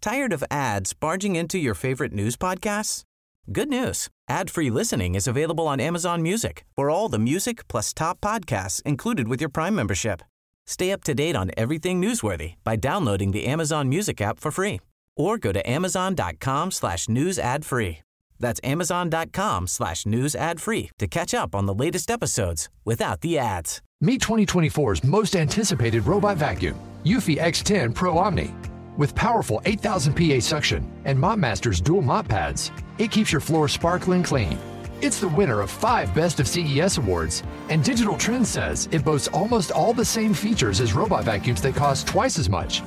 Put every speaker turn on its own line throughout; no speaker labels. Tired of ads barging into your favorite news podcasts? Good news. Ad-free listening is available on Amazon Music. For all the music plus top podcasts included with your Prime membership. Stay up to date on everything newsworthy by downloading the Amazon Music app for free or go to amazon.com slash news ad free. That's amazon.com slash news ad free to catch up on the latest episodes without the ads.
Meet 2024's most anticipated robot vacuum, Eufy X10 Pro Omni. With powerful 8000 PA suction and MopMaster's dual mop pads, it keeps your floor sparkling clean. It's the winner of five Best of CES awards, and Digital Trends says it boasts almost all the same features as robot vacuums that cost twice as much.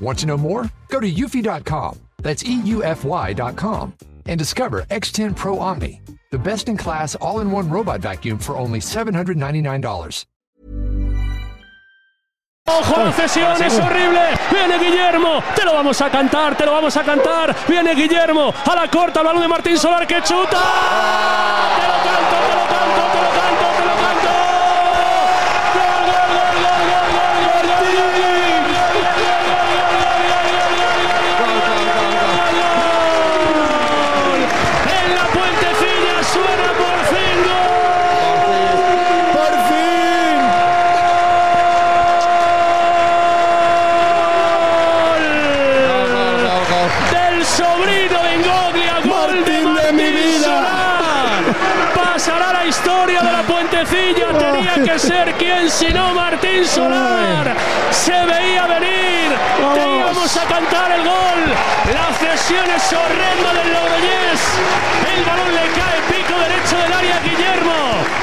Want to know more? Go to eufy.com, that's E EUFY.com, and discover X10 Pro Omni, the best in class all in one robot vacuum for only $799.
Ojo, la cesión es horrible. Viene Guillermo. Te lo vamos a cantar, te lo vamos a cantar. Viene Guillermo. A la corta, el balón de Martín Solar que chuta. Te lo canto, te lo canto, te lo canto, te lo canto. Gol, gol, gol, gol, gol, gol, gol, gol, gol, gol, gol, gol, gol, gol, gol, gol, gol, gol, gol, gol. En la puentecilla suena por fin gol. Por fin. del sobrino de Ingoglia, gol de Martín Solar. Pasará la historia de la puentecilla, tenía que ser quien sino Martín Solar. Se veía venir, te íbamos a cantar el gol. La cesión es horrenda del Logroñés. El balón le cae pico derecho del área a Guillermo,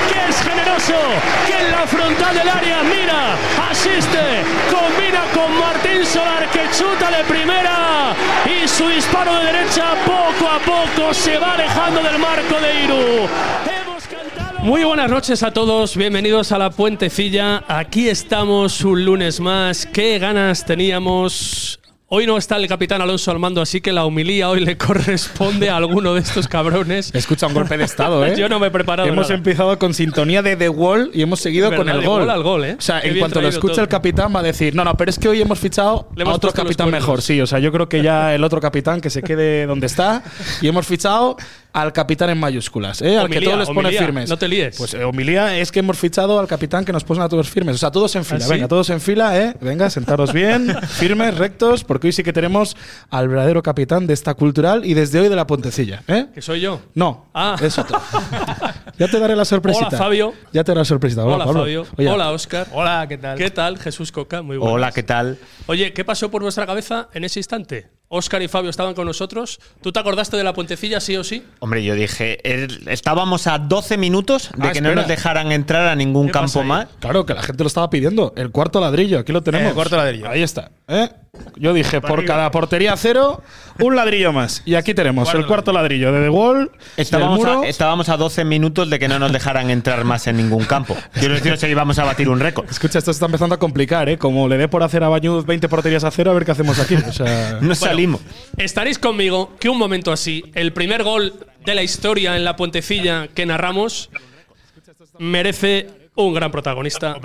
que es generoso, que en la frontal del área mira, asiste, combina con Martín Solar que chuta de primera y su disparo de derecha poco a poco se va alejando del marco de Iru. Hemos cantado-
Muy buenas noches a todos, bienvenidos a La Puentecilla. Aquí estamos un lunes más. Qué ganas teníamos. Hoy no está el capitán Alonso al mando, así que la humilía hoy le corresponde a alguno de estos cabrones.
Escucha un golpe de estado, ¿eh?
Yo no me he preparado.
Hemos
nada.
empezado con sintonía de The Wall y hemos seguido
Verdad,
con el
de
gol.
gol al gol, ¿eh?
O sea,
Qué
en
bien
cuanto lo
traído
escuche
todo.
el capitán va a decir, no, no, pero es que hoy hemos fichado
Le
a
hemos
otro
puesto los
capitán
cuernos.
mejor. Sí, o sea, yo creo que ya el otro capitán que se quede donde está y hemos fichado al capitán en mayúsculas, ¿eh? Al que
Homilía,
todos les pone
homilía,
firmes.
no te líes.
Pues eh, homilía es que hemos fichado al capitán que nos pone a todos firmes. O sea, todos en fila,
¿Ah, sí?
venga, todos en fila, ¿eh? Venga, sentaros bien, firmes, rectos, porque hoy sí que tenemos al verdadero capitán de esta cultural y desde hoy de la Pontecilla, ¿eh?
Que soy yo.
No,
Ah.
es otro. ya te daré la sorpresita.
Hola, Fabio.
Ya te daré la sorpresita. Hola,
Hola,
Pablo.
Fabio.
Oye,
Hola, Oscar.
Hola, ¿qué tal?
¿Qué tal, Jesús Coca? Muy buenas.
Hola, ¿qué tal?
Oye, ¿qué pasó por nuestra cabeza en ese instante? Óscar y Fabio estaban con nosotros. ¿Tú te acordaste de la puentecilla, sí o sí?
Hombre, yo dije, el- estábamos a 12 minutos de
Ah,
que
espera.
no nos dejaran entrar a ningún
¿Qué pasa
campo
ahí?
más.
Claro, que la gente lo estaba pidiendo. El cuarto ladrillo, aquí lo tenemos.
Eh, cuarto ladrillo.
Ahí está. ¿eh? Yo dije, por cada portería cero, un ladrillo más. Y aquí tenemos el cuarto ladrillo de The Wall, del
Estábamos
muro.
a, estábamos a 12 minutos de que no nos dejaran entrar más en ningún campo. Quiero decir, o sea, íbamos a batir un récord.
Escucha, esto se está empezando a complicar, ¿eh? Como le dé por hacer a Bañuz 20 porterías a cero, a ver qué hacemos aquí. O sea,
No salimos.
Ah. Estaréis conmigo que un momento así, el primer gol de la historia en la puentecilla que narramos, merece un gran protagonista.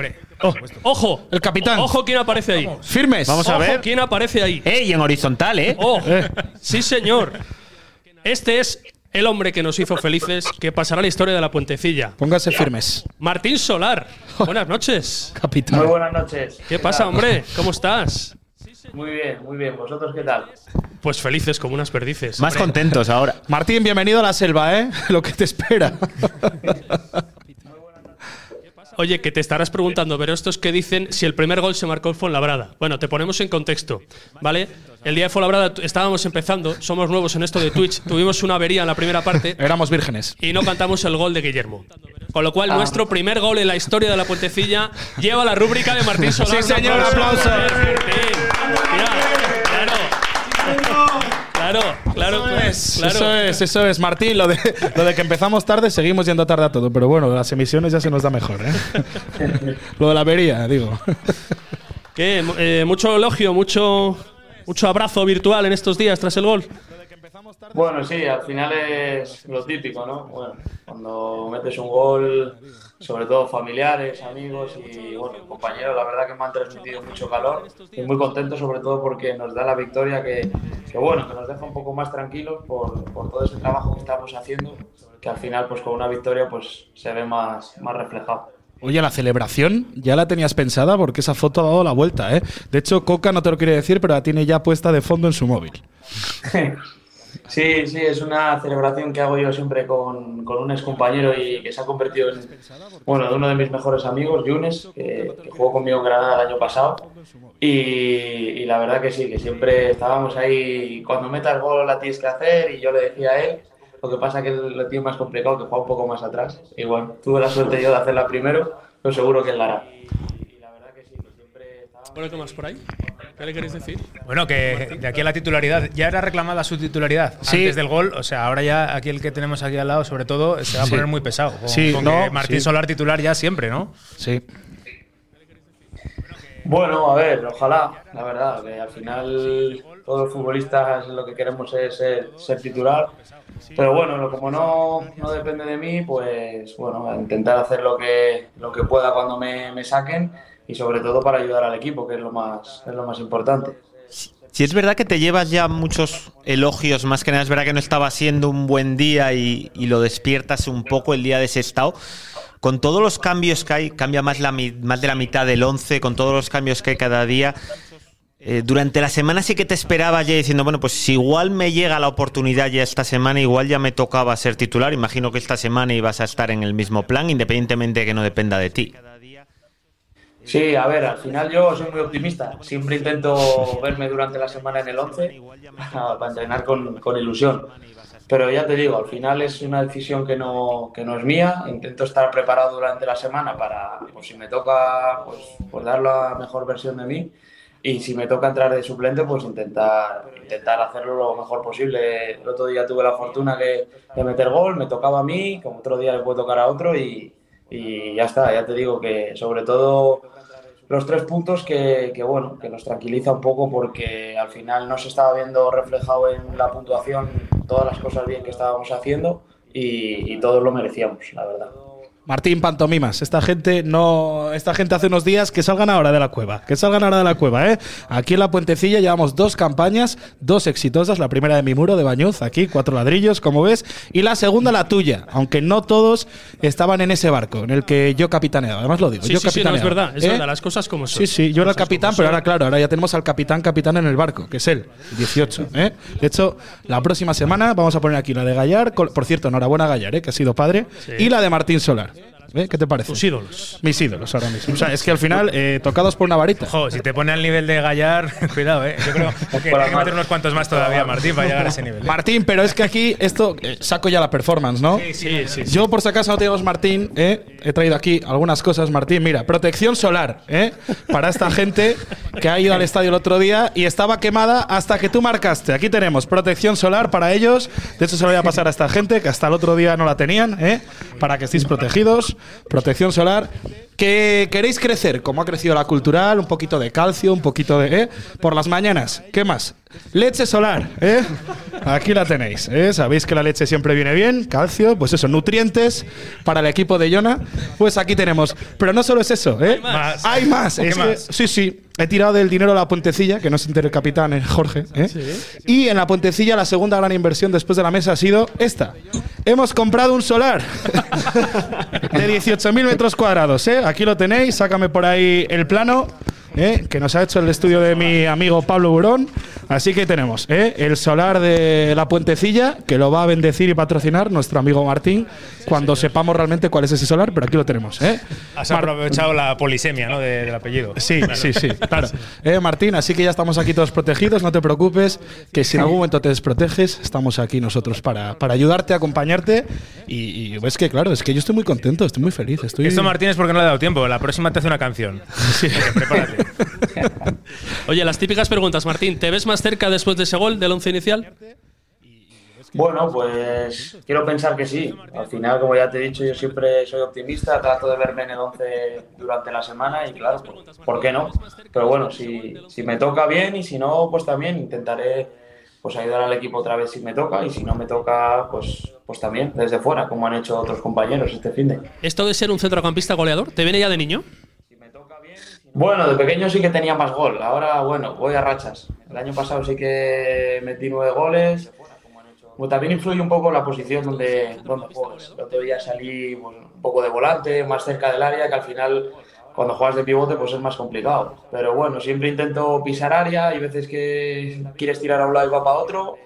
Oh,
Ojo,
El capitán.
Ojo quién aparece ahí.
firmes.
Vamos a
Ojo
ver.
quién aparece ahí.
¡Eh! Y en horizontal, ¿eh?
Oh,
Eh.
sí señor. Este es el hombre que nos hizo felices, que pasará la historia de la puentecilla.
Pónganse firmes.
Martín Solar. Buenas noches.
Capitán.
Muy buenas noches.
¿Qué pasa, hombre? ¿Cómo estás?
Muy bien, muy bien. ¿Vosotros qué tal?
Pues felices como unas perdices.
Más
hombre.
contentos ahora.
Martín, bienvenido a la selva, ¿eh? Lo que te espera.
Oye, que te estarás preguntando, pero estos que dicen si el primer gol se marcó en Fuenlabrada. Bueno, te ponemos en contexto, ¿vale? El día de Fuenlabrada t- estábamos empezando, somos nuevos en esto de Twitch, tuvimos una avería en la primera parte
Éramos vírgenes.
y no cantamos el gol de Guillermo. Con lo
Ah.
cual, nuestro primer gol en la historia de la puentecilla lleva la rúbrica de Martín Solar.
Sí, señor,
Un
aplauso.
Martín. Mira, claro. Claro, Claro, claro.
Eso es,
claro.
eso es, eso es. Martín, lo de, lo de que empezamos tarde, seguimos yendo tarde a todo. Pero bueno, las emisiones ya se nos da mejor, ¿eh? lo de la avería, digo.
¿Qué? Mu- eh, mucho elogio, mucho, mucho abrazo virtual en estos días tras el gol.
Bueno, sí, al final es lo típico, ¿no? Bueno, cuando metes un gol, sobre todo familiares, amigos y bueno, compañeros, la verdad que me han transmitido mucho calor. Estoy muy contento, sobre todo porque nos da la victoria que, que, bueno, que nos deja un poco más tranquilos por, por todo ese trabajo que estamos haciendo, que al final, pues con una victoria, pues se ve más, más reflejado.
Oye, la celebración ya la tenías pensada porque esa foto ha dado la vuelta, ¿eh? De hecho, Coca no te lo quiere decir, pero la tiene ya puesta de fondo en su móvil.
Sí, sí, es una celebración que hago yo siempre con, con un excompañero y que se ha convertido en, bueno, en uno de mis mejores amigos, Yunes, que, que jugó conmigo en Granada el año pasado. Y, y la verdad que sí, que siempre estábamos ahí, cuando meta el gol la tienes que hacer y yo le decía a él, lo que pasa que él lo tiene más complicado, que juega un poco más atrás. Igual, tuve la suerte yo de hacerla primero, pero seguro que él la hará.
Ponete más por ahí. ¿Qué le queréis decir?
Bueno, que Eh, de aquí a la titularidad. Ya era reclamada su titularidad antes del gol. O sea, ahora ya aquí el que tenemos aquí al lado, sobre todo, se va a
Sí.
poner muy pesado. Con,
Sí,
con
no,
que Martín
sí.
Solar titular ya siempre, ¿no?
Sí.
Bueno, a ver, ojalá, la verdad, que al final todos los futbolistas lo que queremos es ser, ser titular, pero bueno, lo- como no, no depende de mí, pues bueno, a intentar hacer lo que, lo que pueda cuando me, me saquen y sobre todo para ayudar al equipo, que es lo más, es lo más importante.
Si es verdad que te llevas ya muchos elogios, más que nada es verdad que no estaba siendo un buen día y, y lo despiertas un poco el día de ese estado. Con todos los cambios que hay, cambia más, la, mi- más de la mitad del 11, con todos los cambios que hay cada día. eh, durante la semana sí que te esperaba ya diciendo, bueno, pues si igual me llega la oportunidad ya esta semana, igual ya me tocaba ser titular. Imagino que esta semana ibas a estar en el mismo plan, independientemente de que no dependa de ti.
Sí, a ver, al final yo soy muy optimista. Siempre intento verme durante la semana en el 11 para, para entrenar con, con ilusión. Pero ya te digo, al final es una decisión que no, que no es mía. Intento estar preparado durante la semana para, pues, si me toca, pues, pues, dar la mejor versión de mí. Y si me toca entrar de suplente, pues intentar, intentar hacerlo lo mejor posible. El otro día tuve la fortuna que, de meter gol, me tocaba a mí, como otro día le puede tocar a otro y, y ya está, ya te digo que sobre todo los tres puntos que, que, bueno, que nos tranquiliza un poco porque al final no se estaba viendo reflejado en la puntuación todas las cosas bien que estábamos haciendo y, y todos lo merecíamos, la verdad.
Martín Pantomimas, esta gente no. Esta gente hace unos días que salgan ahora de la cueva. Que salgan ahora de la cueva, ¿eh? Aquí en la Puentecilla llevamos dos campañas, dos exitosas. La primera de mi muro de Bañuz, aquí, cuatro ladrillos, como ves. Y la segunda, la tuya. Aunque no todos estaban en ese barco en el que yo capitaneaba. Además lo digo.
Sí, sí,
yo
sí, no, es
capitaneaba,
verdad, es
¿eh?
verdad, las cosas como son.
Sí, sí, yo era el
Cosas
capitán,
como
pero
son.
ahora, claro, ahora ya tenemos al capitán, capitán en el barco, que es él, 18. ¿eh? De hecho, la próxima semana vamos a poner aquí la de Gallar, col- por cierto, enhorabuena a Gallar, ¿eh? que ha sido padre, y la de Martín Solar. ¿eh? ¿Qué te parece?
Tus ídolos.
Mis ídolos ahora mismo. O sea, es que al final, eh, tocados por una varita.
Jo, si te pone al nivel de Gallar, cuidado, ¿eh? Yo creo
Para
que tiene que meter
Mar-
unos cuantos más todavía, Martín, para llegar a ese nivel. ¿eh?
Martín, pero es que aquí esto eh, saco ya la performance, ¿no?
Sí, sí.
Yo, por si acaso, no tenemos Martín. ¿eh? He traído aquí algunas cosas, Martín. Mira, protección solar ¿eh? para esta gente que ha ido al estadio el otro día y estaba quemada hasta que tú marcaste. Aquí tenemos protección solar para ellos. De hecho, se lo voy a pasar a esta gente que hasta el otro día no la tenían, ¿eh? para que estéis protegidos. Protección solar. Que queréis crecer, como ha crecido la cultural, un poquito de calcio, un poquito de. ¿eh? Por las mañanas, ¿qué más? Leche solar, ¿eh? Aquí la tenéis, ¿eh? Sabéis que la leche siempre viene bien, calcio, pues eso, nutrientes para el equipo de Jona. Pues aquí tenemos. Pero no solo es eso, ¿eh? Hay
más.
Hay más.
¿Qué
Es que-
más?
sí, sí. He tirado del dinero a la puentecilla, que no se entere el capitán, eh, Jorge. ¿eh? Y en la puentecilla la segunda gran inversión después de la mesa ha sido esta. Hemos comprado un solar de 18.000 metros cuadrados. ¿eh? Aquí lo tenéis, sácame por ahí el plano. ¿eh? que nos ha hecho el estudio de mi amigo Pablo Burón. Así que tenemos ¿eh? el solar de la puentecilla, que lo va a bendecir y patrocinar nuestro amigo Martín, cuando sepamos realmente cuál es ese solar, pero aquí lo tenemos. ¿eh?
Has
Mar-
aprovechado la polisemia, ¿no? de- del apellido.
Sí, sí, sí, claro. Eh, Martín, así que ya estamos aquí todos protegidos, no te preocupes, que si en algún momento te desproteges, estamos aquí nosotros para, para ayudarte, acompañarte. Y, y ves que, claro, es que yo estoy muy contento, estoy muy feliz. Estoy...
Esto Martín es porque no le ha dado tiempo. La próxima te hace una canción. Sí. Prepárate.
Oye, las típicas preguntas, Martín. ¿Te ves más cerca después de ese gol del once inicial?
Bueno, pues quiero pensar que sí. Al final, como ya te he dicho, yo siempre soy optimista, trato de verme en el 11 durante la semana y claro, pues, ¿por qué no? Pero bueno, si, si me toca bien y si no, pues también intentaré pues ayudar al equipo otra vez si me toca y si no me toca, pues, pues también desde fuera, como han hecho otros compañeros este fin de.
¿Esto de ser un centrocampista goleador te viene ya de niño?
Bueno, de pequeño sí que tenía más gol. Ahora, bueno, voy a rachas. El año pasado sí que metí nueve goles. Bueno, también influye un poco la posición donde, donde juegas. El otro día salí pues, un poco de volante, más cerca del área, que al final cuando juegas de pivote pues es más complicado. Pero bueno, siempre intento pisar área. Hay veces que quieres tirar a un lado y va para otro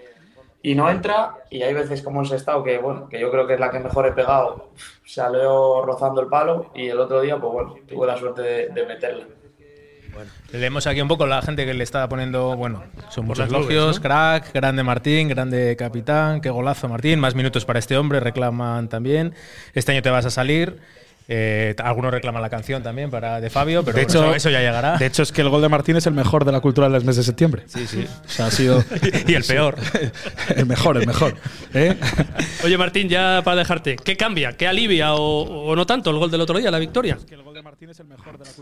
y no entra. Y hay veces como en Sestao, que bueno, que yo creo que es la que mejor he pegado, salió rozando el palo y el otro día pues bueno, tuve la suerte de, de meterla.
Leemos aquí un poco la gente que le está poniendo, bueno, son muchos elogios, crack, grande Martín, grande capitán, qué golazo Martín, más minutos para este hombre, reclaman también, este año te vas a salir, eh, algunos reclaman la canción también para de Fabio, pero
De
bueno,
hecho-
eso, eso ya llegará.
De hecho, es que el gol de Martín es el mejor de la cultura del mes de septiembre.
sí, sí.
O sea, ha sido
y el peor.
el mejor, el mejor. ¿eh?
Oye, Martín, ya para dejarte, ¿qué cambia? ¿Qué alivia o, o no tanto el gol del otro día, la victoria?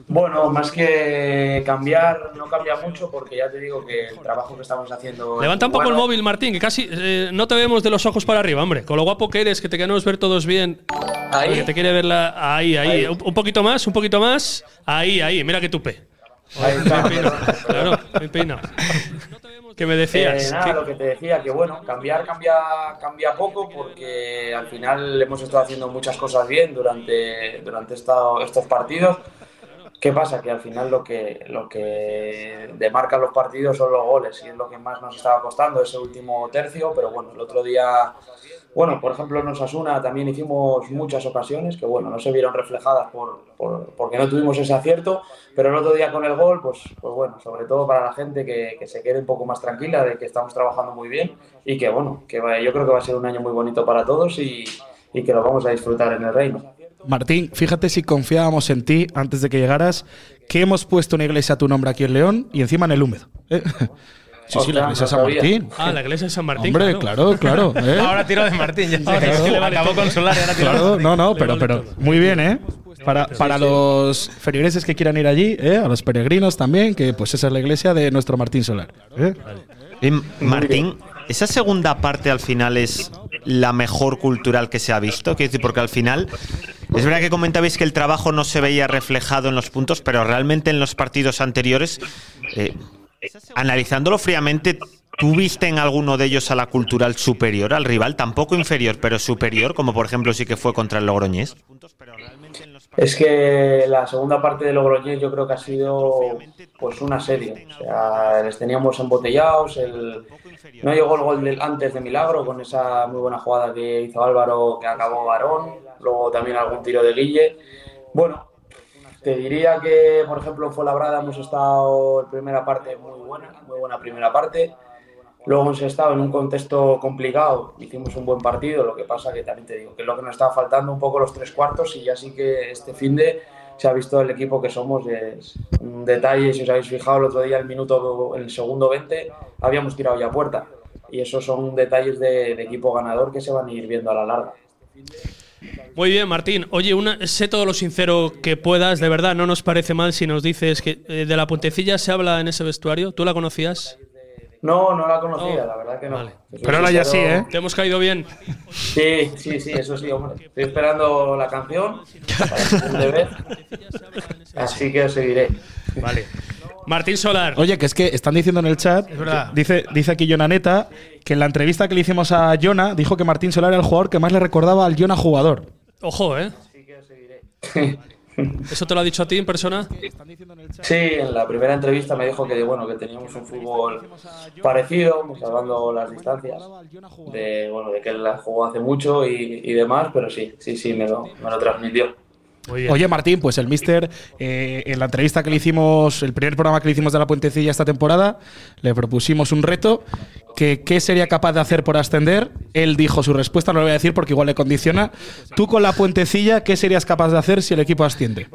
Bueno, más que cambiar, no cambia mucho porque ya te digo que el trabajo que estamos haciendo. es
Levanta un
muy
poco el
bueno.
móvil, Martín, que casi eh, no te vemos de los ojos para arriba, hombre. Con lo guapo que eres, que te queremos ver todos bien. Que
Ahí,
te quiere ver la. Ahí, ahí.
Ahí.
Un, un poquito más, un poquito más. Ahí, ahí. Mira que tupe.
ahí está.
Claro, bien peinado. Que me
Eh,
decías.
nada,
que-
lo que te decía, que bueno, cambiar cambia, cambia poco porque al final hemos estado haciendo muchas cosas bien durante, durante esta- estos partidos. ¿Qué pasa? Que al final lo que, lo que demarcan los partidos son los goles y es lo que más nos estaba costando ese último tercio, pero bueno, el otro día, bueno, por ejemplo en Osasuna también hicimos muchas ocasiones que bueno, no se vieron reflejadas por, por- porque no tuvimos ese acierto, pero el otro día con el gol, pues, pues bueno, sobre todo para la gente que, que se quede un poco más tranquila de que estamos trabajando muy bien y que bueno, que va- yo creo que va a ser un año muy bonito para todos y, y que lo vamos a disfrutar en el reino.
Martín, fíjate si confiábamos en ti antes de que llegaras, que hemos puesto una iglesia a tu nombre aquí en León y encima en el húmedo. ¿eh? Sí, sí,
Ostras,
la iglesia
no
San
sabía.
Martín.
Ah, la iglesia de San Martín.
Hombre, claro, claro. ¿eh?
Ahora tiro de Martín, ya
Ahora
sé.
es que le vale
acabó
todo.
con Solar y ahora tiro de
Claro, no, no, pero,
vale
pero
todo.
muy bien, ¿eh? Para, para los feligreses que quieran ir allí, ¿eh? a los peregrinos también, que pues esa es la iglesia de nuestro Martín Solar. ¿eh?
Eh, Martín, esa segunda parte al final es la mejor cultural que se ha visto, quiero decir, porque al final es verdad que comentabais que el trabajo no se veía reflejado en los puntos, pero realmente en los partidos anteriores, eh, analizándolo fríamente, ¿tuviste en alguno de ellos a la cultural superior al rival? Tampoco inferior, pero superior, como por ejemplo sí que fue contra el Logroñés.
Es que la segunda parte de Logroñés yo creo que ha sido pues una serie. O sea, les teníamos embotellados, el- no llegó el gol del- antes de Milagro con esa muy buena jugada que hizo Álvaro que acabó Varón, luego también algún tiro de Guille. Bueno, te diría que por ejemplo en Fuenlabrada hemos estado en primera parte muy buena, muy buena primera parte. Luego hemos estado en un contexto complicado, hicimos un buen partido, lo que pasa que también te digo que es lo que nos estaba faltando un poco los tres cuartos y ya sí que este fin de se ha visto el equipo que somos. Es un detalle, si os habéis fijado, el otro día el minuto, el segundo 20, habíamos tirado ya puerta. Y esos son detalles de, de equipo ganador que se van a ir viendo a la larga.
Muy bien, Martín. Oye, una, sé todo lo sincero que puedas. De verdad, no nos parece mal si nos dices que eh, de la puentecilla se habla en ese vestuario. ¿Tú la conocías?
No, no la conocía,
No.
la verdad que no.
Vale.
Pero ahora ya sí, ¿eh?
Te hemos caído bien.
Sí, sí, sí, eso sí, hombre. Estoy esperando la canción para el siguiente vez, así que os seguiré.
Vale. Martín Solar.
Oye, que es que están diciendo en el chat,
verdad.
que dice, dice aquí Jonah Neta, que en la entrevista que le hicimos a Jonah dijo que Martín Solar era el jugador que más le recordaba al Jonah jugador.
Ojo, ¿eh? ¿Eso te lo ha dicho a ti en persona?
Sí, en la primera entrevista me dijo que bueno que teníamos un fútbol parecido, salvando las distancias, de bueno de que él la jugó hace mucho y, y demás, pero sí, sí, sí, me lo, me lo transmitió.
Muy bien.
Oye, Martín, pues el mister, eh, en la entrevista que le hicimos, el primer programa que le hicimos de la Puentecilla esta temporada, le propusimos un reto, que qué sería capaz de hacer por ascender. Él dijo su respuesta, no lo voy a decir porque igual le condiciona. Tú con la Puentecilla, ¿qué serías capaz de hacer si el equipo asciende?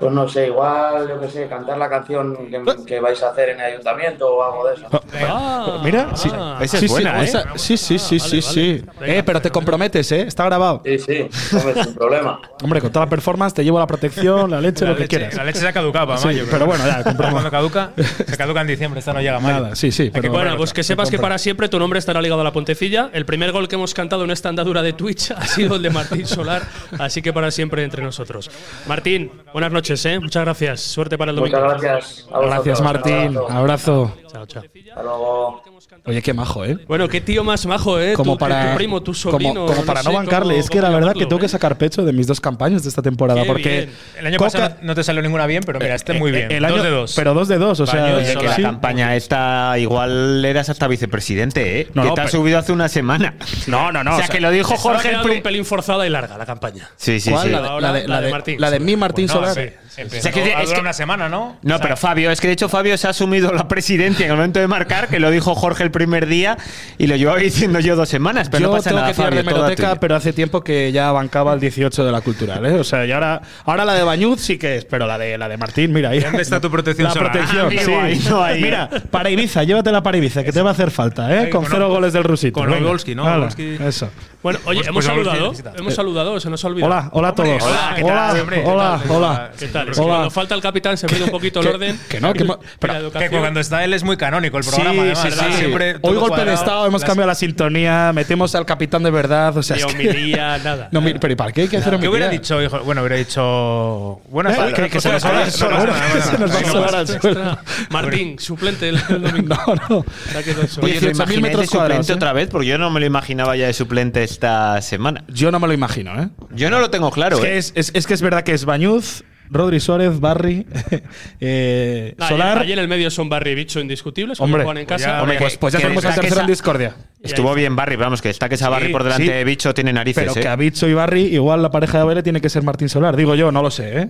Pues no sé, igual, yo qué sé, cantar la canción que, que vais a hacer en el ayuntamiento o algo de eso.
Ah,
Mira, sí.
ah.
Esa es
sí,
buena,
sí,
¿eh?
esa- sí, sí, sí, sí, sí.
Venga,
Eh, pero te comprometes, ¿eh? Está grabado.
Sí, sí, hombre, sin problema.
Hombre, con toda la performance te llevo la protección, la leche,
La
lo que
leche-
quieras.
La leche se ha caducado para
Sí,
mayo.
pero bueno, ya, compramos.
Cuando caduca, se caduca en diciembre, esta no llega a mayo.
Nada, sí, sí. Pero
Bueno, pues que sepas que para siempre tu nombre estará ligado a la Pontecilla. El primer gol que hemos cantado en esta andadura de Twitch ha sido el de Martín Solar, así que para siempre entre nosotros. Martín, buenas noches, ¿eh? muchas gracias. Suerte para el domingo.
Muchas gracias. a vosotros.
Gracias, Martín.
Un abrazo.
Abrazo.
Chao, chao.
Hasta luego.
Oye, qué majo, ¿eh?
Bueno, qué tío más majo, ¿eh?
Como
tu,
para,
tu primo, tu sobrino.
como, como para
sé
no bancarle.
cómo-
es que la
cómo
verdad
llamarlo,
que tengo que
¿eh?
sacar pecho de mis dos campañas de esta temporada.
Qué
porque
bien.
El año
Coca- Eh,
pasado no te salió ninguna bien, pero mira, este muy bien.
El año,
dos de dos.
Pero dos de dos, o sea.
Baños,
Oye, que la
Sí.
campaña esta igual eras hasta vicepresidente, ¿eh?
No,
que
no,
te has
pero-
subido hace una semana.
No, no, no.
o sea, que lo dijo
Estaba
Jorge el
quedando
pri-
un pelín forzada y larga la campaña.
Sí, sí,
¿Cuál?
sí.
La de-
Ahora,
la de- la de- la de mi Martín
Bueno,
Solar.
sí, empezó
O sea, que-
a
es
durar
que-
una semana, ¿no?
No, pero Fabio, es que de hecho Fabio se ha asumido la presidencia en el momento de marcar, que lo dijo Jorge el primer día y lo llevaba diciendo yo dos semanas, pero
yo
no pasa
tengo
nada,
que tirar
Fabio.
de
toda
meroteca,
tuya.
pero hace tiempo que ya bancaba el 18 de la cultural, ¿eh? O sea, y ahora, ahora la de Bañuz sí que es, pero la de la de Martín, mira ahí.
dónde está tu protección
La
solar?
protección,
Amigo,
sí.
ahí no hay.
Mira, para Ibiza, llévatela para Ibiza, que te va a hacer falta, ¿eh?
Ahí,
Con
con
cero
Ol-
goles del Rusito.
con
Venga.
Olgolski, ¿no?
Hala,
Olgolski.
eso.
Bueno, oye,
Pues-
hemos
pues ahora los
saludado,
tienes, quita.
hemos saludado, se nos ha olvidado.
Hola, hola a todos.
hola, ¿qué tal, hombre? ¿Qué
hola,
tal?
hola.
¿Qué tal? Pues Es que
Hola.
cuando falta el capitán se pierde un poquito el
Que-
orden.
Que no, que hemos-
y la
espera.
educación.
Que cuando está él es muy canónico el programa, además, ¿verdad? Siempre todo
Hoy golpe
cuadrado.
de estado, hemos
Las-
cambiado la sintonía, metemos al capitán de verdad, o sea,
Ni
es que-
homilía, nada.
No, mira, pero ¿y para qué hay que hacer
¿Qué
homilía?
hubiera dicho, hijo? Bueno, hubiera dicho. Bueno,
Eh, que- que se nos va a se nos va a
pues,
solar al suelo.
Martín, suplente el, el domingo.
No, no.
Ya quedó eso.
Oye, ¿lo
18.000
imagináis de
metros cuadrados,
suplente
¿eh?
otra vez? Porque yo no me lo imaginaba ya de suplente esta semana.
Yo no me lo imagino, ¿eh?
Yo no lo tengo claro,
Es que
¿eh?
es, es- es que es verdad que es Bañuz, Rodri Suárez, Barry, eh,
Nah,
Solar.
Ayer, ayer en el medio son Barry y Bicho indiscutibles, como
Hombre,
juegan en
pues
casa.
hombre,
pues, pues ya
que
tenemos al
destaque
tercero
esa-
en discordia.
Estuvo bien Barry, vamos, que destaques a Barry por delante
sí.
de Bicho tiene narices,
Pero
¿eh?
que a Bicho y Barry, igual la pareja de Vélez tiene que ser Martín Solar. Digo yo, no lo sé, ¿eh?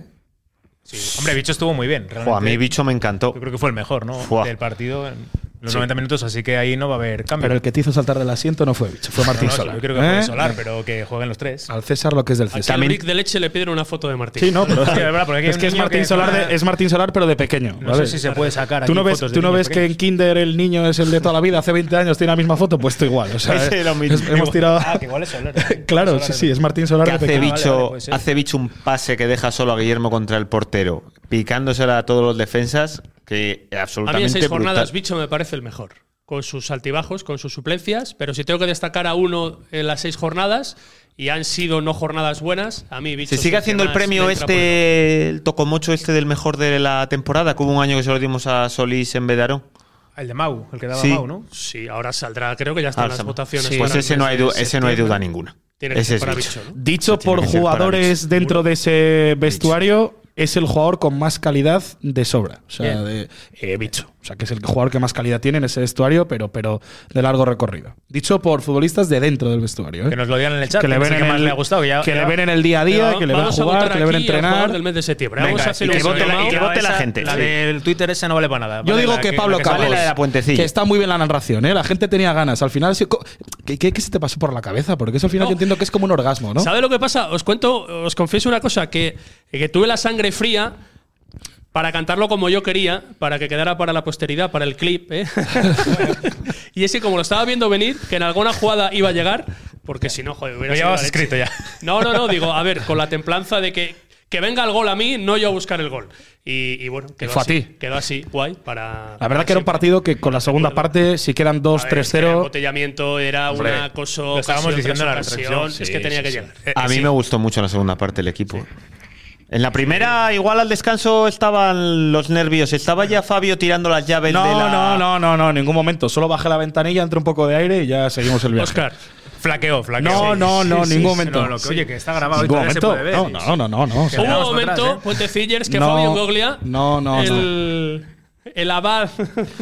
Hombre, Bicho estuvo muy bien. realmente.
Jo, a mí Bicho me encantó.
Yo creo que fue el mejor, ¿no?
Fua.
Del partido en los 90 minutos, así que ahí no va a haber cambio.
Pero el que te hizo saltar del asiento no fue Bicho, fue Martín
No, no,
Solar.
Yo creo que fue
¿eh?
Solar, pero que jueguen los tres.
Al César lo que es del
Aquí
César.
al brick de leche le piden una foto de Martín.
Sí, no, pero
Sí, es verdad, porque aquí hay
es
un
que es
niño
Martín,
que
Solar de-
juega-
es Martín Solar, pero de pequeño.
No
¿vale?
sé si se puede sacar.
¿Tú
aquí
no ves,
fotos de
tú no
niños
ves que en
pequeños.
Kinder el niño es el de toda la vida, hace 20 años tiene la misma foto? Pues tú igual. O sea,
Ese era lo mismo.
es- hemos tirado.
Ah, que igual es Solar. ¿no?
Claro,
Solar
sí,
de-
sí, es Martín Solar
que
de
hace
pequeño.
bicho,
vale, puede ser.
hace bicho un pase que deja solo a Guillermo contra el portero, picándosela a todos los defensas, que
A mí en
absolutamente
seis
brutal.
jornadas Bicho me parece el mejor. Con sus altibajos, con sus suplencias, pero si tengo que destacar a uno en las seis jornadas, y han sido no jornadas buenas, a mí Bicho
Se
es
sigue
que
haciendo el
más
premio
me entra por el ojo.
este, el tocomocho este del mejor de la temporada, que hubo un año que se lo dimos a Solís en Vedarón.
El de Mau, el que daba
Sí.
Mau, ¿no?
Sí, ahora saldrá, creo que ya están las
Alzama.
votaciones.
pues
para el
ese
mes
no, hay
de
du- ese no hay duda
septiembre.
ninguna.
Tiene que
Ese
ser
es
para
bicho.
Bicho, ¿no?
Dicho
pues,
Tiene
por
que ser
jugadores dentro de ese vestuario, es el jugador con más calidad de sobra. O sea, de, eh, bicho. O sea, que es el jugador que más calidad tiene en ese vestuario, pero, pero de largo recorrido. Dicho por futbolistas de dentro del vestuario. ¿eh?
Que nos lo digan en el chat.
Que le
es
ven en
que más
el-
le ha gustado. Que, ya,
que le
ya-
ven en el día a
Venga,
día, que le ven a
vamos
jugar,
votar
que le ven a
aquí al
entrenar.
jugador del mes de septiembre.
Venga,
vamos a hacer
y
un
que vote
sorteo.
la- y que vote la
esa-
gente,
¿eh? La
sí.
del Twitter esa no vale para nada.
Yo
Ah, Vale
digo
la
que Pablo
vale
la
Cabral
la de la puentecilla.
que está muy bien la narración, ¿eh? La gente tenía ganas. Al final, sí, co- ¿qué, qué, qué se te pasó por la cabeza? Porque eso al final
No.
yo entiendo que es como un orgasmo, ¿no?
¿Sabe lo que pasa? Os cuento, os confieso una cosa, que, que tuve la sangre fría para cantarlo como yo quería, para que quedara para la posteridad, para el clip. ¿eh? y es que como lo estaba viendo venir, que en alguna jugada iba a llegar, porque si no, joder, hubiera
Lo
sido la
llevabas
leche.
escrito ya.
No, no, no, digo, a ver, con la templanza de que, que venga el gol a mí, no yo a buscar el gol. Y, y bueno, quedó
fue a
así.
ti.
Quedó así, guay, para.
La verdad que era un
para siempre.
partido que con la segunda parte, si quedan
A
2,
ver, es que El
3-0.
embotellamiento era un
Hombre,
acoso.
lo estábamos
ocasión
diciendo en la
tras ocasión,
retransmisión.
Es
Sí,
que tenía
sí,
que
sí.
llegar.
Eh,
A mí
sí.
me gustó mucho la segunda parte del equipo. En la primera, igual al descanso estaban los nervios. Estaba ya Fabio tirando las llaves de
No,
la.
no, no, no, no, en ningún momento. Solo bajé la ventanilla, entré un poco de aire y ya seguimos el viaje.
Oscar,
Flaqueó, flaqueó.
No, no, no, ningún momento.
No, lo que- oye, que está grabado. y
¿Ningún
todavía se
momento?
puede ver.
No, no, no, no. no.
Que
Hubo un
vamos
momento,
atrás, ¿eh?
Puentecillers, que
No,
Fabio Goglia.
no, no, no.
el, El abad.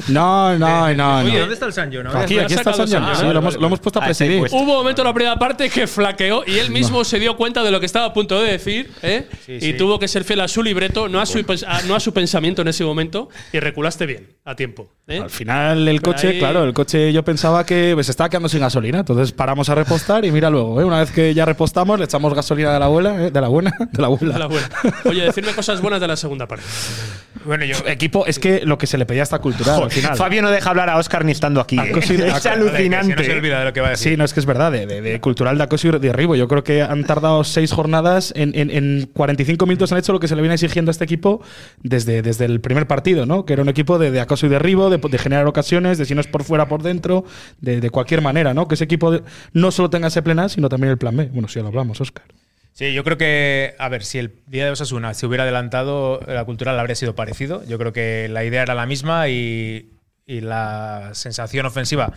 No, no, no.
Oye,
no.
¿dónde está el Sancho? No?
Aquí, aquí está San John.
Ah,
Sí,
vale,
lo, hemos, lo hemos puesto a
Ah, está
pues.
presidir.
impuesto.
Hubo un momento en la primera parte que flaqueó y él mismo se dio cuenta de lo que estaba a punto de decir ¿eh?
Sí,
y
sí.
tuvo que ser fiel a su libreto, no a su, pens- a- no a su pensamiento en ese momento y reculaste bien, a tiempo. ¿eh?
Al final el coche,
ahí-
claro, el coche yo pensaba que se estaba quedando sin gasolina, entonces paramos a repostar y mira luego, ¿eh? una vez que ya repostamos le echamos gasolina de la abuela, ¿eh? de la buena, de la abuela.
La buena. Oye, decirme cosas buenas de la segunda parte.
Bueno, yo.
Equipo, es que lo que se le pedía está cultural al final.
Fabio no deja hablar a Oscar ni estando aquí.
Ha
eh.
cosido- ha
Es
cosido-
Que se nos
alucinante.
olvida de lo que va a decir.
Sí, no, es que es verdad, de, de- de cultural de acoso y derribo. Yo creo que han tardado seis jornadas, en, en- en 45 minutos han hecho lo que se le viene exigiendo a este equipo desde, desde el primer partido, ¿no? Que era un equipo de, de acoso y derribo, de, de generar ocasiones, de si no es por fuera, por dentro, de, de cualquier manera, ¿no? Que ese equipo de- no solo tenga ese plan A, sino también el plan B. Bueno, si ya lo hablamos, Oscar.
Sí, yo creo que, a ver, si el día de Osasuna se hubiera adelantado, la cultural habría sido parecido. Yo creo que la idea era la misma y, y la sensación ofensiva,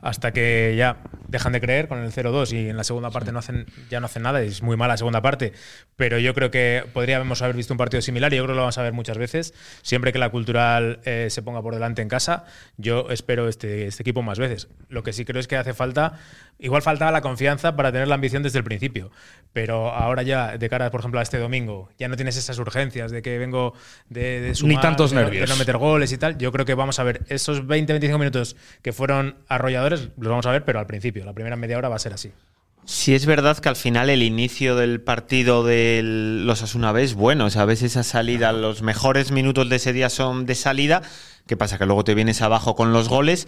hasta que ya dejan de creer con el 0-2 y en la segunda parte no hacen, ya no hacen nada, es muy mala la segunda parte. Pero yo creo que podríamos haber visto un partido similar y yo creo que lo vamos a ver muchas veces. Siempre que la cultural eh, se ponga por delante en casa, yo espero este, este equipo más veces. Lo que sí creo es que hace falta, igual faltaba la confianza para tener la ambición desde el principio, pero ahora ya, de cara, por ejemplo, a este domingo, ya no tienes esas urgencias de que vengo de, de sumar,
Ni tantos
de no-
nervios.
de no meter goles y tal. Yo creo que vamos a ver esos 20-25 minutos que fueron arrolladores, los vamos a ver, pero al principio, la primera media hora va a ser así.
Sí es verdad que al final el inicio del partido de los Asuna B es bueno. O sea, a veces esa salida, los mejores minutos de ese día son de salida. ¿Qué pasa? Que luego te vienes abajo con los goles.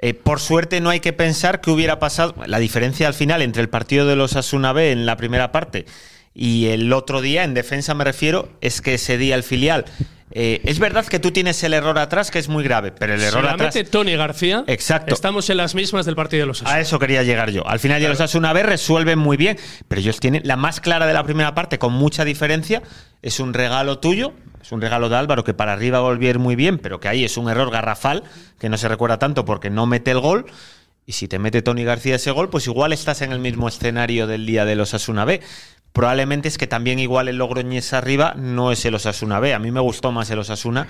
Eh, por suerte no hay que pensar que hubiera pasado. La diferencia al final entre el partido de los Asuna B en la primera parte y el otro día, en defensa me refiero, es que ese día el filial. eh, es verdad que tú tienes el error atrás, que es muy grave, pero el
Si
error
la
atrás.
mete Tony García,
Exacto.
estamos en las mismas del partido de los Asuna.
A eso quería llegar yo. Al final ya los Asuna B resuelven muy bien, pero ellos tienen la más clara de la primera parte, con mucha diferencia. Es un regalo tuyo, es un regalo de Álvaro que para arriba va a volver muy bien, pero que ahí es un error garrafal que no se recuerda tanto porque no mete el gol. Y si te mete Tony García ese gol, pues igual estás en el mismo escenario del día de los Asuna B. Probablemente es que también igual el Logroñés arriba no es el Osasuna B. A mí me gustó más el Osasuna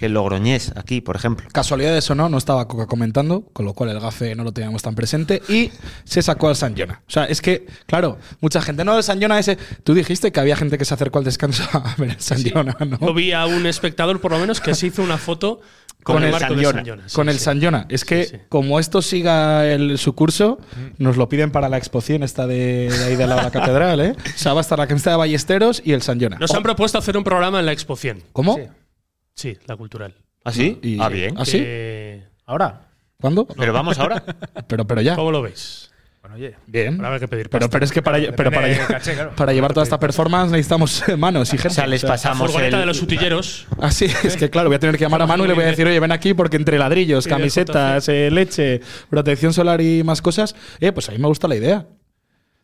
que el Logroñés aquí, por ejemplo.
Casualidades o no, no estaba Coca comentando, con lo cual el gafe no lo teníamos tan presente y se sacó al San Jona. O sea, es que, claro, mucha gente. No, el San Jona ese. Tú dijiste que había gente que se acercó al descanso a ver el San Jona, ¿no?
Yo vi a un espectador, por lo menos, que se hizo una foto
Con
con,
el
el barco de
Sanyona.
San Jonas.
con el San Jona. Es que, como esto siga el- su curso, nos lo piden para la exposición esta de, de ahí de la, la catedral, ¿eh? O sea, va a estar la camiseta de Ballesteros y el San Jona.
Nos han propuesto hacer un programa en la Expo 100.
¿Cómo?
Sí, la cultural.
¿Así?
Y-
ah, bien.
¿Ah, sí?
Eh,
Ahora,
¿Cuándo?
Pero vamos ahora.
Pero, pero ya.
¿Cómo lo veis?
bueno, oye.
Bien.
Habrá que pedir
Pero,
pasta.
pero es que para, lle- pero
Depende
para,
del
lle-
caché, claro.
para llevar toda esta performance necesitamos eh, manos y gente.
O sea, les
la
pasamos
furgoneta
el-
de los utilleros.
Así es que, claro, voy a tener que llamar a Manu y le voy a decir, oye, ven aquí porque entre ladrillos,
Y de
camisetas, eh, leche, protección solar y más cosas, eh, pues a mí me gusta la idea.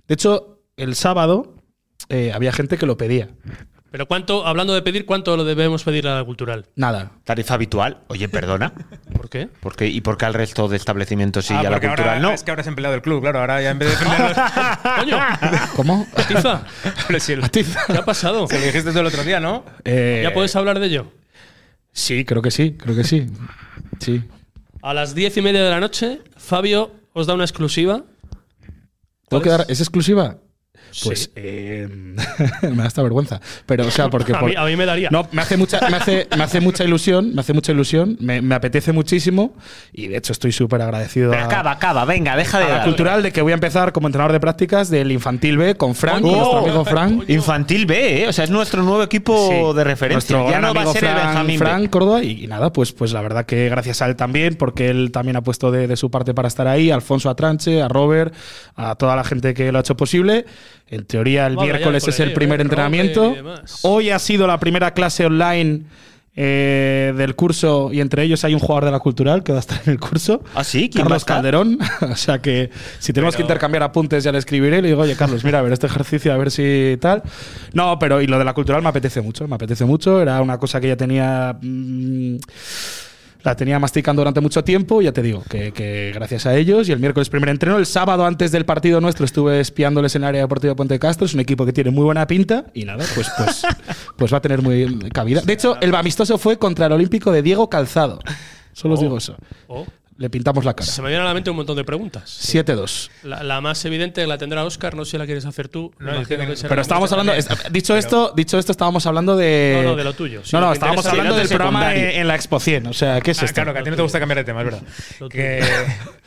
De hecho, el sábado eh, había gente que lo pedía.
Pero cuánto, hablando de pedir, ¿cuánto lo debemos pedir a la cultural?
Nada.
Tarifa habitual. Oye, perdona.
¿Por qué?
¿Por qué? ¿Y por qué al resto de establecimientos sí
Ah,
y a la
porque
cultural
ahora,
no?
Es que ahora es empleado del club, claro. Ahora ya en vez de defenderlos.
¡Coño!
¿Cómo?
Tiza,
Pero si el-
¿qué ha pasado?
se lo dijiste tú el otro día, ¿no?
Eh,
¿Ya puedes hablar de ello?
Sí, creo que sí, creo que sí. Sí.
A las diez y media de la noche, Fabio os da una exclusiva.
¿Tengo que dar, ¿Es exclusiva? Pues
Sí.
eh, me da esta vergüenza. Pero, o sea, porque.
A
por-
mí- a mí me daría.
No, me hace mucha, me hace, me hace mucha ilusión, me hace mucha ilusión, me, me apetece muchísimo y de hecho estoy súper agradecido
Pero
a,
acaba, acaba. Venga, deja de
a la
dar.
cultural de que voy a empezar como entrenador de prácticas del infantil B con Frank, con
Coño.
nuestro amigo Frank.
Infantil B, ¿eh? O sea, es nuestro nuevo equipo
Sí.
de referencia.
Nuestro
ya
gran
no va a
amigo
ser el
Fran-
Benjamín B.
Fran Córdoba y, y nada, pues, pues la verdad que gracias a él también, porque él también ha puesto de, de su parte para estar ahí, a Alfonso Atranche, a Robert, a toda la gente que lo ha hecho posible. En teoría el
Vamos allá
miércoles
por
es el
ahí,
primer
eh,
entrenamiento.
Robert y demás.
Hoy ha sido la primera clase online. eh, del curso y entre ellos hay un jugador de la cultural que va a estar en el curso
¿Ah, sí? ¿Quién va a
Carlos
estar?
Calderón o sea que si tenemos que intercambiar apuntes ya le escribiré y le digo oye Carlos mira a ver este ejercicio a ver si tal no pero y lo de la cultural me apetece mucho me apetece mucho era una cosa que ya tenía mm, La tenía masticando durante mucho tiempo, ya te digo, que, que gracias a ellos. Y el miércoles primer entreno, el sábado antes del partido nuestro estuve espiándoles en el área deportiva de Puente de Castro. Es un equipo que tiene muy buena pinta y nada, pues, pues, pues va a tener muy cabida. De hecho, el amistoso fue contra el Olímpico de Diego Calzado. Solo os digo eso.
Oh.
Le pintamos la cara.
Se me vienen a la mente un montón de preguntas.
7-2.
La, la más evidente la tendrá Oscar, no sé si la quieres hacer tú.
No,
imagino
es que tengo-
que será
Pero estábamos
mucho
hablando,
también.
es- dicho esto, dicho esto, estábamos hablando de.
No, no, de lo tuyo. Sí,
no,
lo
no,
que
estábamos
interesa
hablando
es
del
el
programa en,
secundario.
en la Expo 100. O sea, ¿qué es
Ah,
esto?
claro, que a ti no te gusta cambiar de tema, es verdad.
Lo tuyo.
Que-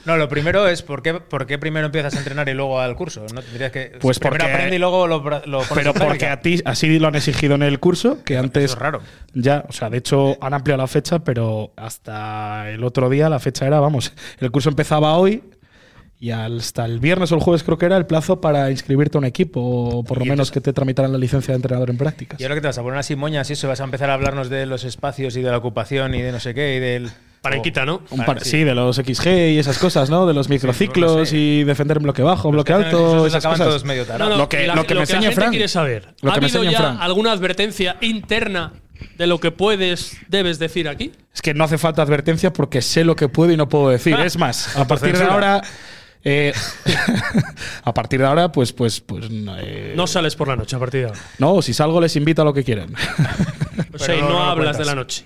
no, lo primero es ¿por qué, por qué primero empiezas a entrenar y luego al curso. No tendrías que.
Pues
primero
porque-
aprende y luego lo, pra- lo pones
Pero
en
porque
práctica.
a ti así lo han exigido en el curso, que antes.
es raro.
Ya, o sea, de hecho han ampliado la fecha, pero hasta el otro día la fecha era, vamos, el curso empezaba hoy y hasta el viernes o el jueves creo que era el plazo para inscribirte a un equipo o por lo menos que te tramitaran la licencia de entrenador en prácticas.
Y ahora que te vas a poner así moñas y eso, vas a empezar a hablarnos de los espacios y de la ocupación y de no sé qué y del. Oh.
Parenquita, ¿no?
Ah,
Un par- sí. de los XG y esas cosas, ¿no? De los microciclos
no sé.
y defender en bloque bajo, bloque
Los que hacen
alto,
esos
esas
acaban
cosas.
todos medio
No,
tarados.
no,
Lo que-
la-
lo que me enseñe
la gente
Fran.
quiere saber.
Lo
¿Ha
que me
habido
enseñe
ya
Fran.
alguna advertencia interna de lo que puedes, debes decir aquí?
Es que no hace falta advertencia porque sé lo que puedo y no puedo
Ah.
decir. Es más, a partir de
Autocensura.
ahora. eh, a partir de ahora, pues, pues, pues. No, eh,
No sales por la noche a partir de ahora.
no, si salgo les invito a lo que quieran.
O sea, y
no
no
lo
hablas
cuentas.
de la noche.